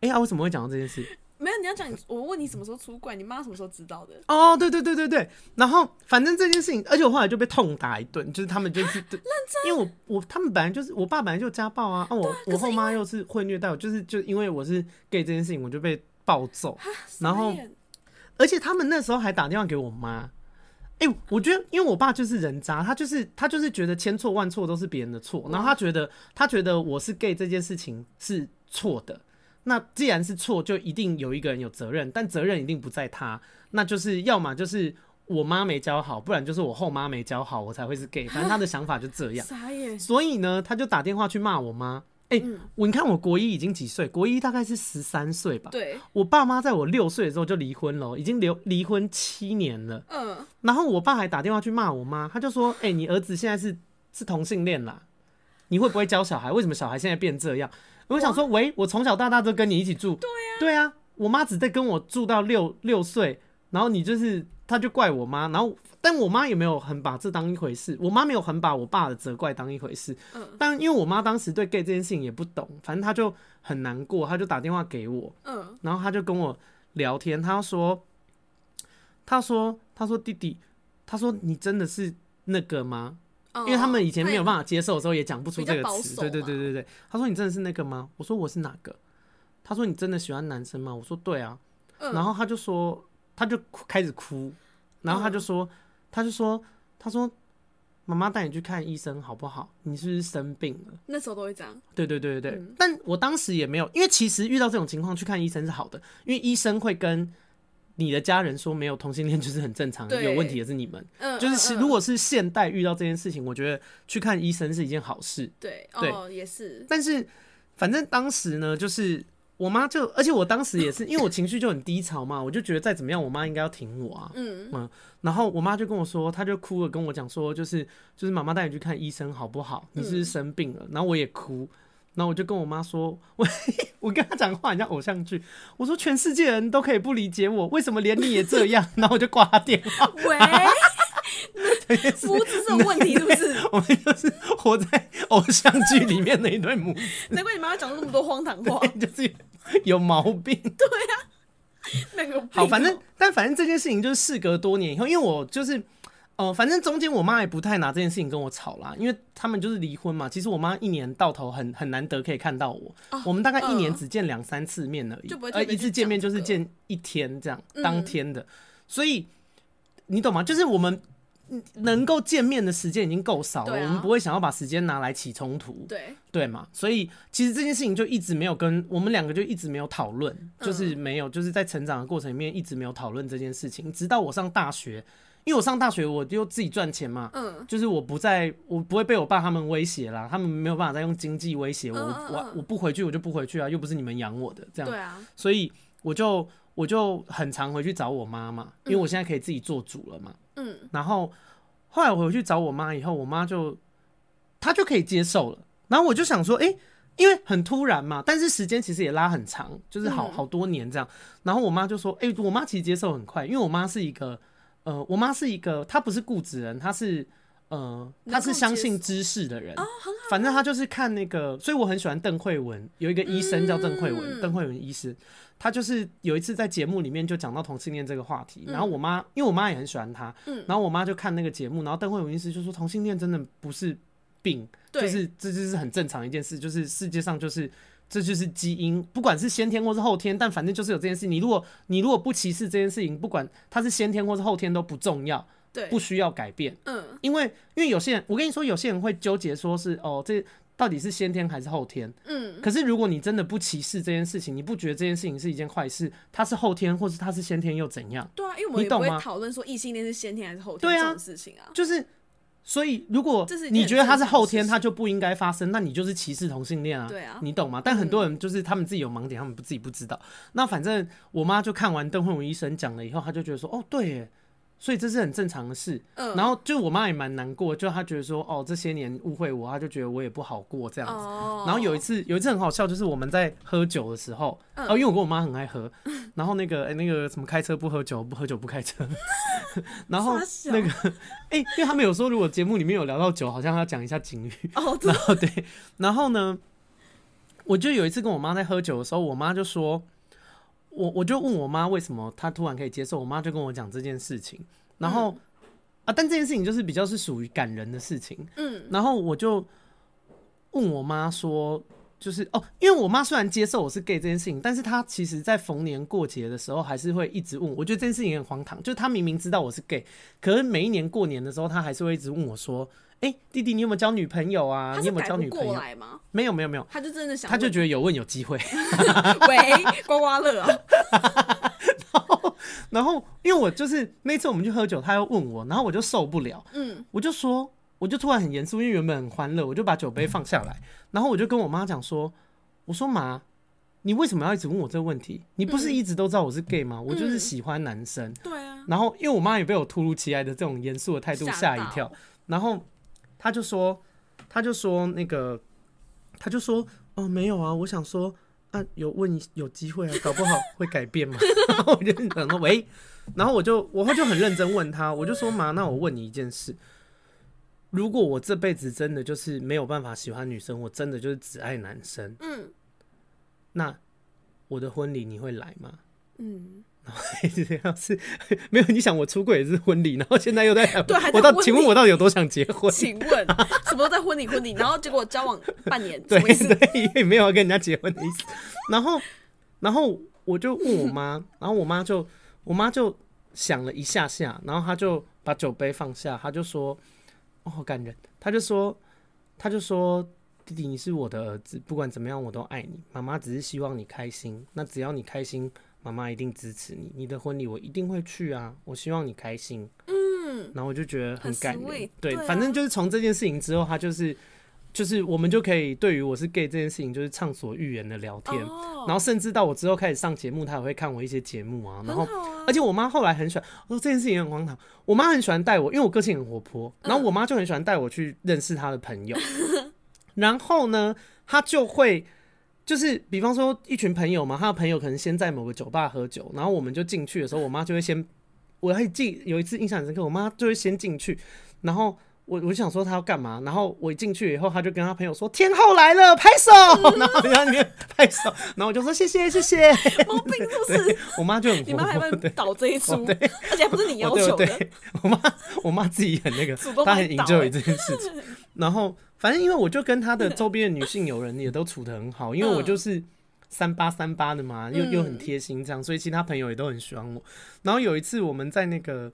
Speaker 2: 哎呀、啊为什么会讲到这件事？
Speaker 1: 没有，你要讲你，我问你什么时候出柜，你妈什么时候知道的？
Speaker 2: 哦，对对对对对，然后反正这件事情，而且我后来就被痛打一顿，就是他们就是 认真，因为我我他们本来就是我爸本来就家暴啊，啊我我后妈又是会虐待我，就是就因为我是 gay 这件事情，我就被暴揍，然后
Speaker 1: 傻眼
Speaker 2: 而且他们那时候还打电话给我妈。哎、我觉得，因为我爸就是人渣，他就是他就是觉得千错万错都是别人的错，然后他觉得他觉得我是 gay 这件事情是错的。那既然是错，就一定有一个人有责任，但责任一定不在他，那就是要么就是我妈没教好，不然就是我后妈没教好，我才会是 gay。反正他的想法就 这样。
Speaker 1: 傻眼，
Speaker 2: 所以呢，他就打电话去骂我妈。哎、我你看我国一已经几岁？国一大概是十三岁吧。
Speaker 1: 对，
Speaker 2: 我爸妈在我六岁的时候就离婚了，已经离离婚七年了。
Speaker 1: 嗯，
Speaker 2: 然后我爸还打电话去骂我妈，他就说：“哎、你儿子现在是是同性恋啦，你会不会教小孩？为什么小孩现在变这样？”我想说：“喂，我从小到大都跟你一起住，对啊，对啊，我妈只在跟我住到六六岁，然后你就是他就怪我妈，然后但我妈也没有很把这当一回事，我妈没有很把我爸的责怪当一回事，
Speaker 1: 嗯
Speaker 2: 但因为我妈当时对 gay 这件事情也不懂，反正她就很难过，她就打电话给我，
Speaker 1: 嗯，
Speaker 2: 然后他就跟我聊天，他说，他说，他说弟弟，他说你真的是那个吗？
Speaker 1: 因
Speaker 2: 因为他们以前没有办
Speaker 1: 法，
Speaker 2: 法接受的时候，也讲不出这
Speaker 1: 哦比
Speaker 2: 个
Speaker 1: 较保
Speaker 2: 词。
Speaker 1: 守
Speaker 2: 对对
Speaker 1: 嘛
Speaker 2: 对对对，他说你真的是那个吗？我说我是哪个？他说你真的喜欢男生吗？我说对啊。
Speaker 1: 嗯
Speaker 2: 然后他就说，他就哭开始哭，然后他就说，他就说，他说妈妈带你去看医生好不好？你是不是生病了？
Speaker 1: 那时候都会这样，
Speaker 2: 对对对对对，
Speaker 1: 嗯
Speaker 2: 但我当时也没有，因为其实遇到这种情况去看医生是好的，因为医生会跟你的家人说没有同性恋就是很正常，
Speaker 1: 对
Speaker 2: 有问题也是你们。
Speaker 1: 嗯，
Speaker 2: 就是
Speaker 1: 嗯
Speaker 2: 其
Speaker 1: 嗯
Speaker 2: 如果是现代遇到这件事情，我觉得去看医生是一件好事。
Speaker 1: 对
Speaker 2: 对
Speaker 1: 哦也是，
Speaker 2: 但是反正当时呢，就是我妈就，而且我当时也是，因为我情绪就很低潮嘛，我就觉得再怎么样，我妈应该要挺我啊。
Speaker 1: 嗯，
Speaker 2: 然后我妈就跟我说，她就哭了，跟我讲说，就是就是妈妈带你去看医生好不好？你是不是生病了？然后我也哭，然后我就跟我妈说，我我跟她讲话很像偶像剧，我说全世界人都可以不理解我，为什么连你也这样？ 然后我就挂她电话。
Speaker 1: 喂， 肤质是有问题是不是？
Speaker 2: 我们就是活在偶像剧里面的一对母子，
Speaker 1: 难怪你妈妈讲出那么多荒唐话，
Speaker 2: 就是有有毛病。
Speaker 1: 那个有病
Speaker 2: 好，
Speaker 1: 哦
Speaker 2: 反正但反正这件事情就是事隔多年以后，因为我就是，呃，反正中间我妈也不太拿这件事情跟我吵啦，因为他们就是离婚嘛。其实我妈一年到头很很难得可以看到我，我们大概一年只见两三次面而
Speaker 1: 哦
Speaker 2: 已，
Speaker 1: 嗯就不会特
Speaker 2: 呃，
Speaker 1: 别
Speaker 2: 一
Speaker 1: 去
Speaker 2: 次见
Speaker 1: 讲
Speaker 2: 面
Speaker 1: 这
Speaker 2: 就是
Speaker 1: 个嗯
Speaker 2: 见一天这样，当天的，所以你懂吗？就是我们。嗯能够见面的时间已经够少了，
Speaker 1: 对啊
Speaker 2: 我们不会想要把时间拿来起冲突。
Speaker 1: 对，
Speaker 2: 对嘛？所以其实这件事情就一直没有跟我们两个就一直没有讨论，
Speaker 1: 嗯
Speaker 2: 就是没有就是在成长的过程里面一直没有讨论这件事情，直到我上大学，因为我上大学我就自己赚钱嘛。
Speaker 1: 嗯，
Speaker 2: 就是我不再，我不会被我爸他们威胁啦，他们没有办法再用经济威胁我，
Speaker 1: 嗯嗯
Speaker 2: 我我
Speaker 1: 嗯
Speaker 2: 我不回去我就不回去啊，又不是你们养我的这样，
Speaker 1: 对啊，
Speaker 2: 所以我就我就很常回去找我妈嘛，因为我现在可以自己做主了嘛。
Speaker 1: 嗯，
Speaker 2: 然后后来我回去找我妈以后，我妈就她就可以接受了。然后我就想说，诶，因为很突然嘛，但是时间其实也拉很长，就是好
Speaker 1: 嗯
Speaker 2: 好多年这样。然后我妈就说，诶，我妈其实接受很快，因为我妈是一个呃，我妈是一个她不是固执人，她是。呃，
Speaker 1: 能
Speaker 2: 她是
Speaker 1: 够
Speaker 2: 相
Speaker 1: 接
Speaker 2: 信
Speaker 1: 受哦
Speaker 2: 知识的人，反正她就是看那个，所以我很喜欢邓慧文，有一个医生叫邓慧文，
Speaker 1: 嗯
Speaker 2: 邓慧文医师，他就是有一次在节目里面就讲到同性恋这个话题，然后我妈，因为我妈也很喜欢他，
Speaker 1: 嗯
Speaker 2: 然后我妈就看那个节目，然后邓慧文医师就说同性恋真的不是病，
Speaker 1: 对
Speaker 2: 就是这就是很正常一件事，就是世界上就是这就是基因，不管是先天或是后天，但反正就是有这件事。你如果你如果不歧视这件事情，不管它是先天或是后天都不重要，
Speaker 1: 对
Speaker 2: 不，需要改变。
Speaker 1: 嗯，
Speaker 2: 因为因为有些人，我跟你说，有些人会纠结说是哦，这到底是先天还是后天？
Speaker 1: 嗯，
Speaker 2: 可是如果你真的不歧视这件事情，你不觉得这件事情是一件坏事，它是后天或是它是先天又怎样？
Speaker 1: 对啊，因为我们
Speaker 2: 你
Speaker 1: 也不
Speaker 2: 懂
Speaker 1: 会
Speaker 2: 吗
Speaker 1: 讨论说异性恋是先天还是后天
Speaker 2: 对啊
Speaker 1: 这种事情啊，
Speaker 2: 就是，所以如果
Speaker 1: 这是一件
Speaker 2: 你觉得它是后
Speaker 1: 很正常的
Speaker 2: 天，
Speaker 1: 事情
Speaker 2: 它就不应该发生，那你就是歧视同性恋啊。
Speaker 1: 对啊
Speaker 2: 你懂吗？但很多人就是他们自己有盲点，他们不自己不知道。那反正我妈就看完邓慧文医生讲了以后，她就觉得说，哦，对耶，所以这是很正常的事。
Speaker 1: 嗯，
Speaker 2: 然后就我妈也蛮难过，就她觉得说，哦，这些年误会我，她就觉得我也不好过这样子。
Speaker 1: 哦，
Speaker 2: 然后有一次，有一次很好笑，就是我们在喝酒的时候，
Speaker 1: 嗯
Speaker 2: 哦、因为我跟我妈很爱喝，然后那个、哎那个什么开车不喝酒，不喝酒不开车， 然后
Speaker 1: 傻小
Speaker 2: 那个 哎、因为他们有说如果节目里面有聊到酒，好像要讲一下警语，
Speaker 1: 哦，对
Speaker 2: 然后对，然后呢，我就有一次跟我妈在喝酒的时候，我妈就说，我我就问我妈为什么她突然可以接受，我妈就跟我讲这件事情，然后、啊，但这件事情就是比较是属于感人的事情，
Speaker 1: 嗯，
Speaker 2: 然后我就问我妈说，就是哦，因为我妈虽然接受我是 gay 这件事情，但是她其实在逢年过节的时候还是会一直问我。我觉得这件事情很荒唐，就是她明明知道我是 gay，可是每一年过年的时候，她还是会一直问我说：“哎、弟弟，你有没有交女朋友啊？
Speaker 1: 他
Speaker 2: 你
Speaker 1: 是
Speaker 2: 有没有
Speaker 1: 改
Speaker 2: 交
Speaker 1: 不
Speaker 2: 女朋
Speaker 1: 过
Speaker 2: 友
Speaker 1: 来吗？？”
Speaker 2: 没有，没有，没有。
Speaker 1: 他就真的想
Speaker 2: 她
Speaker 1: 问，
Speaker 2: 就觉得有问有机会，
Speaker 1: 喂刮刮乐啊，
Speaker 2: 然后因为我就是那次我们去喝酒，她又问我，然后我就受不了，
Speaker 1: 嗯，
Speaker 2: 我就说，我就突然很严肃，因为原本很欢乐，我就把酒杯放下来，然后我就跟我妈讲说，我说妈，你为什么要一直问我这个问题？你不是一直都知道我是 gay 吗？我就是喜欢男生。
Speaker 1: 对啊，
Speaker 2: 然后因为我妈也被我突如其来的这种严肃的态度吓
Speaker 1: 吓
Speaker 2: 一
Speaker 1: 到
Speaker 2: 跳，然后她就说，她就说那个，她就说，哦，没有啊，我想说。啊，有问一有机会啊，搞不好会改 变嘛。然后我就想说，喂，然后我就我就很认真问她，我就说妈，那我问你一件事，如果我这辈子真的就是没有办法喜欢女生，我真的就是只爱男生，
Speaker 1: 嗯
Speaker 2: 那我的婚礼你会来吗？
Speaker 1: 嗯，
Speaker 2: 这样是没有？你想我出轨也是婚礼，然后现在又在想
Speaker 1: 对还在
Speaker 2: 我到
Speaker 1: 婚礼
Speaker 2: 请问我到底有多想结婚？
Speaker 1: 请问什么都在婚礼婚礼，然后结果交往半年，
Speaker 2: 对
Speaker 1: 什么意思？
Speaker 2: 对，也没有要跟人家结婚的意思。然后，然后我就问我妈，然后我妈就我妈就想了一下下，然后她就把酒杯放下，她就说：“哦，好感人。”她就说：“她就说，弟弟，你是我的儿子，不管怎么样我都爱你。妈妈只是希望你开心，那只要你开心，妈妈一定支持你。你的婚礼我一定会去啊，我希望你开心。”嗯，然后我就觉得
Speaker 1: 很
Speaker 2: 感人
Speaker 1: sweet，，
Speaker 2: 对，
Speaker 1: 对啊
Speaker 2: 反正就是从这件事情之后，她就是就是我们就可以对于我是 gay 这件事情，就是畅所欲言的聊天。
Speaker 1: 哦，
Speaker 2: 然后甚至到我之后开始上节目，他也会看我一些节目啊。然后
Speaker 1: 很，好啊，
Speaker 2: 而且我妈后来很喜欢，我说这件事情很荒唐。我妈很喜欢带我，因为我个性很活泼，
Speaker 1: 嗯
Speaker 2: 然后我妈就很喜欢带我去认识她的朋 友。然后呢，她就会就是，比方说一群朋友嘛，她的朋友可能先在某个酒吧喝酒，然后我们就进去的时候，我妈就会先，我还记有一次印象很深刻，我妈就会先进去，然后。我我就想说她要干嘛，然后我一进去以后，她就跟她朋友说天后来了，拍手， 然后然后你拍手，然后我就说谢谢谢谢，
Speaker 1: 毛病是不是？
Speaker 2: 我妈 就很
Speaker 1: 你
Speaker 2: 活
Speaker 1: 妈还
Speaker 2: 泼
Speaker 1: 帮
Speaker 2: 对
Speaker 1: 你导这一出，
Speaker 2: 对
Speaker 1: 而且还不是你要
Speaker 2: 我对
Speaker 1: 求
Speaker 2: 我对
Speaker 1: 的，
Speaker 2: 我妈，我妈自己很那个
Speaker 1: 主，动
Speaker 2: 她
Speaker 1: 帮
Speaker 2: 很
Speaker 1: 你导
Speaker 2: enjoy
Speaker 1: 欸
Speaker 2: 这件事情。 然后，反正因为我就跟她的周边的女性友人也都处得很好，因为我
Speaker 1: 嗯
Speaker 2: 就是三八三八的嘛，又又很贴心这样，所以其他朋友也都很喜欢我。然后有一次我们在那个，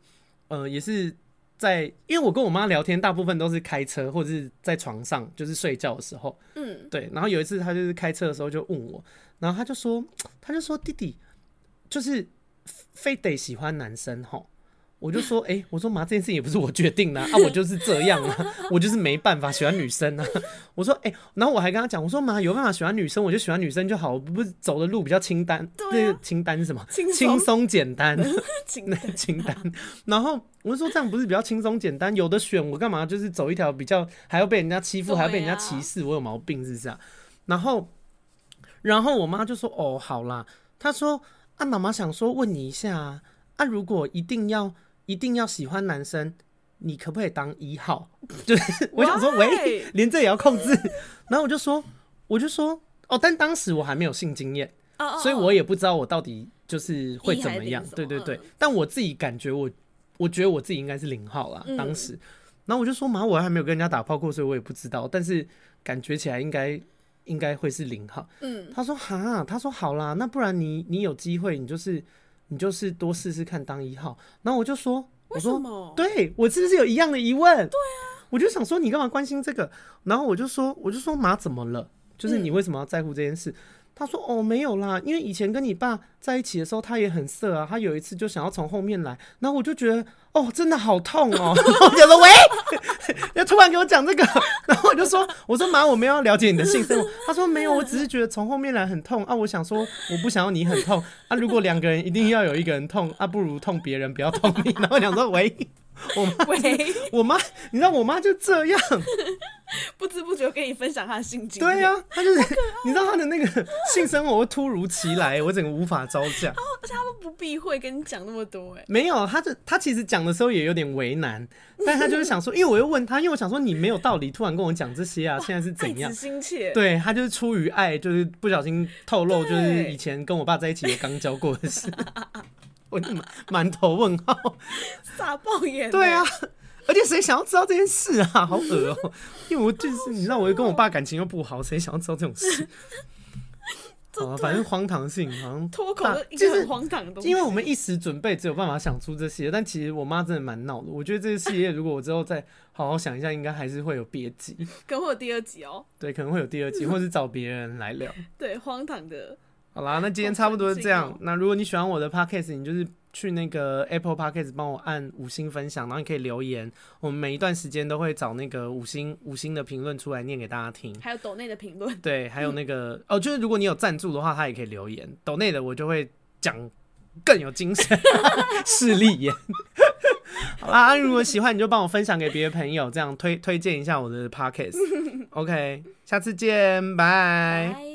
Speaker 2: 呃，也是在，因为我跟我妈聊天，大部分都是开车或者是在床上，就是睡觉的时候。
Speaker 1: 嗯，
Speaker 2: 对，然后有一次他就是开车的时候就问我，然后他就说，他就说弟弟，就是非得喜欢男生吼。我就说，哎、我说妈，这件事情也不是我决定的啊，啊我就是这样啊，我就是没办法喜欢女生啊。 我说，哎、然后我还跟他讲，我说妈，有办法喜欢女生，我就喜欢女生就好，我不是走的路比较清单，
Speaker 1: 对啊
Speaker 2: 那个清单是什么？
Speaker 1: 轻
Speaker 2: 轻
Speaker 1: 松
Speaker 2: 松简 单，
Speaker 1: 情
Speaker 2: 那清单。然后我就说这样不是比较轻松简单？有的选，我干嘛就是走一条比较还要被人家欺负，
Speaker 1: 对啊
Speaker 2: 还要被人家歧视？我有毛病是不是啊？然后，然后我妈就说：“哦，好啦。”她说：“啊，妈妈想说问你一下啊，啊如果一定要一定要喜欢男生，你可不可以当一号？” 就是 我想说，喂
Speaker 1: Why？，
Speaker 2: 连这也要控制？然后我就说，我就说，哦，但当时我还没有性经验。
Speaker 1: 哦哦
Speaker 2: 所以我也不知道我到底就是会怎么
Speaker 1: 一还
Speaker 2: 样
Speaker 1: 是。零
Speaker 2: 对对
Speaker 1: 什么
Speaker 2: 对
Speaker 1: 嗯，
Speaker 2: 但我自己感觉我，我觉得我自己应该是零号啦，
Speaker 1: 嗯
Speaker 2: 当时。然后我就说嘛，我还没有跟人家打炮过，所以我也不知道，但是感觉起来应该应该会是零号。
Speaker 1: 嗯，
Speaker 2: 他说哈，他说好啦，那不然你你有机会，你就是你就是多试试看当一号。然后我就说，我
Speaker 1: 为什
Speaker 2: 说
Speaker 1: 么？
Speaker 2: 对我是不是有一样的疑问？哦对啊，我就想说你干嘛关心这个？然后我就说，我就说妈怎么了？就是你为什么要在乎这件事？他说哦没有啦，因为以前跟你爸在一起的时候，他也很色啊，他有一次就想要从后面来，然后我就觉得哦真的好痛 哦，然后我觉得喂，要突然给我讲这个，然后我就说我说妈我没有要了解你的性生活，他说没有，我只是觉得从后面来很痛啊，我想说我不想要你很痛啊，如果两个人一定要有一个人痛啊，不如痛别人不要痛你， 然后我想说喂。啊
Speaker 1: 喂，
Speaker 2: 我妈，你知道我妈就这样，
Speaker 1: 不知不觉跟你分享他的心经，
Speaker 2: 对呀、啊她就是，
Speaker 1: 哦
Speaker 2: 你知道她的那个性生活会突如其来，我整个无法招架。
Speaker 1: 而且他们不避讳跟你讲那么多，哎，
Speaker 2: 没有，她就她其实讲的时候也有点为难，但她就是想说，因为我又问她，因为我想说你没有道理突然跟我讲这些啊，现在是
Speaker 1: 爱
Speaker 2: 怎样
Speaker 1: 子？心切，
Speaker 2: 对她就是出于爱，就是不小心透露，就
Speaker 1: 对
Speaker 2: 是以前跟我爸在一起也刚交过的事， 我就满满头问号。
Speaker 1: 傻爆眼，
Speaker 2: 对啊
Speaker 1: 哎，，
Speaker 2: 而且谁想要知道这件事啊？好恶哦、因为我就是你知道，我跟我爸感情又不好，谁想要知道这种事？好啊，反正荒唐的事情好像
Speaker 1: 脱口
Speaker 2: 大
Speaker 1: 的一
Speaker 2: 啊就
Speaker 1: 个
Speaker 2: 是
Speaker 1: 很荒唐的东西，
Speaker 2: 因为我们一时准备只有办法想出这些，但其实我妈真的蛮闹的。我觉得这个系列如果我之后再好好想一下，应该还是会有别集，
Speaker 1: 可能会有第二集哦，
Speaker 2: 对，可能会有第二集，或是找别人来聊。
Speaker 1: 对，荒唐的，
Speaker 2: 好啦，那今天差不多是这
Speaker 1: 好
Speaker 2: 样
Speaker 1: 神。
Speaker 2: 那如果你喜欢我的 podcast，你就是去那个 Apple podcast 帮我按五星分享，然后你可以留言。我们每一段时间都会找那个五星五星的评论出来念给大家听。
Speaker 1: 还有抖内的评论，
Speaker 2: 对，还有那个、哦，就是如果你有赞助的话，他也可以留言。抖内的我就会讲更有精神，势利眼。好啦，啊如果喜欢你就帮我分享给别的朋友，这样推推荐一下我的 podcast。OK，下次见，拜。
Speaker 1: 拜。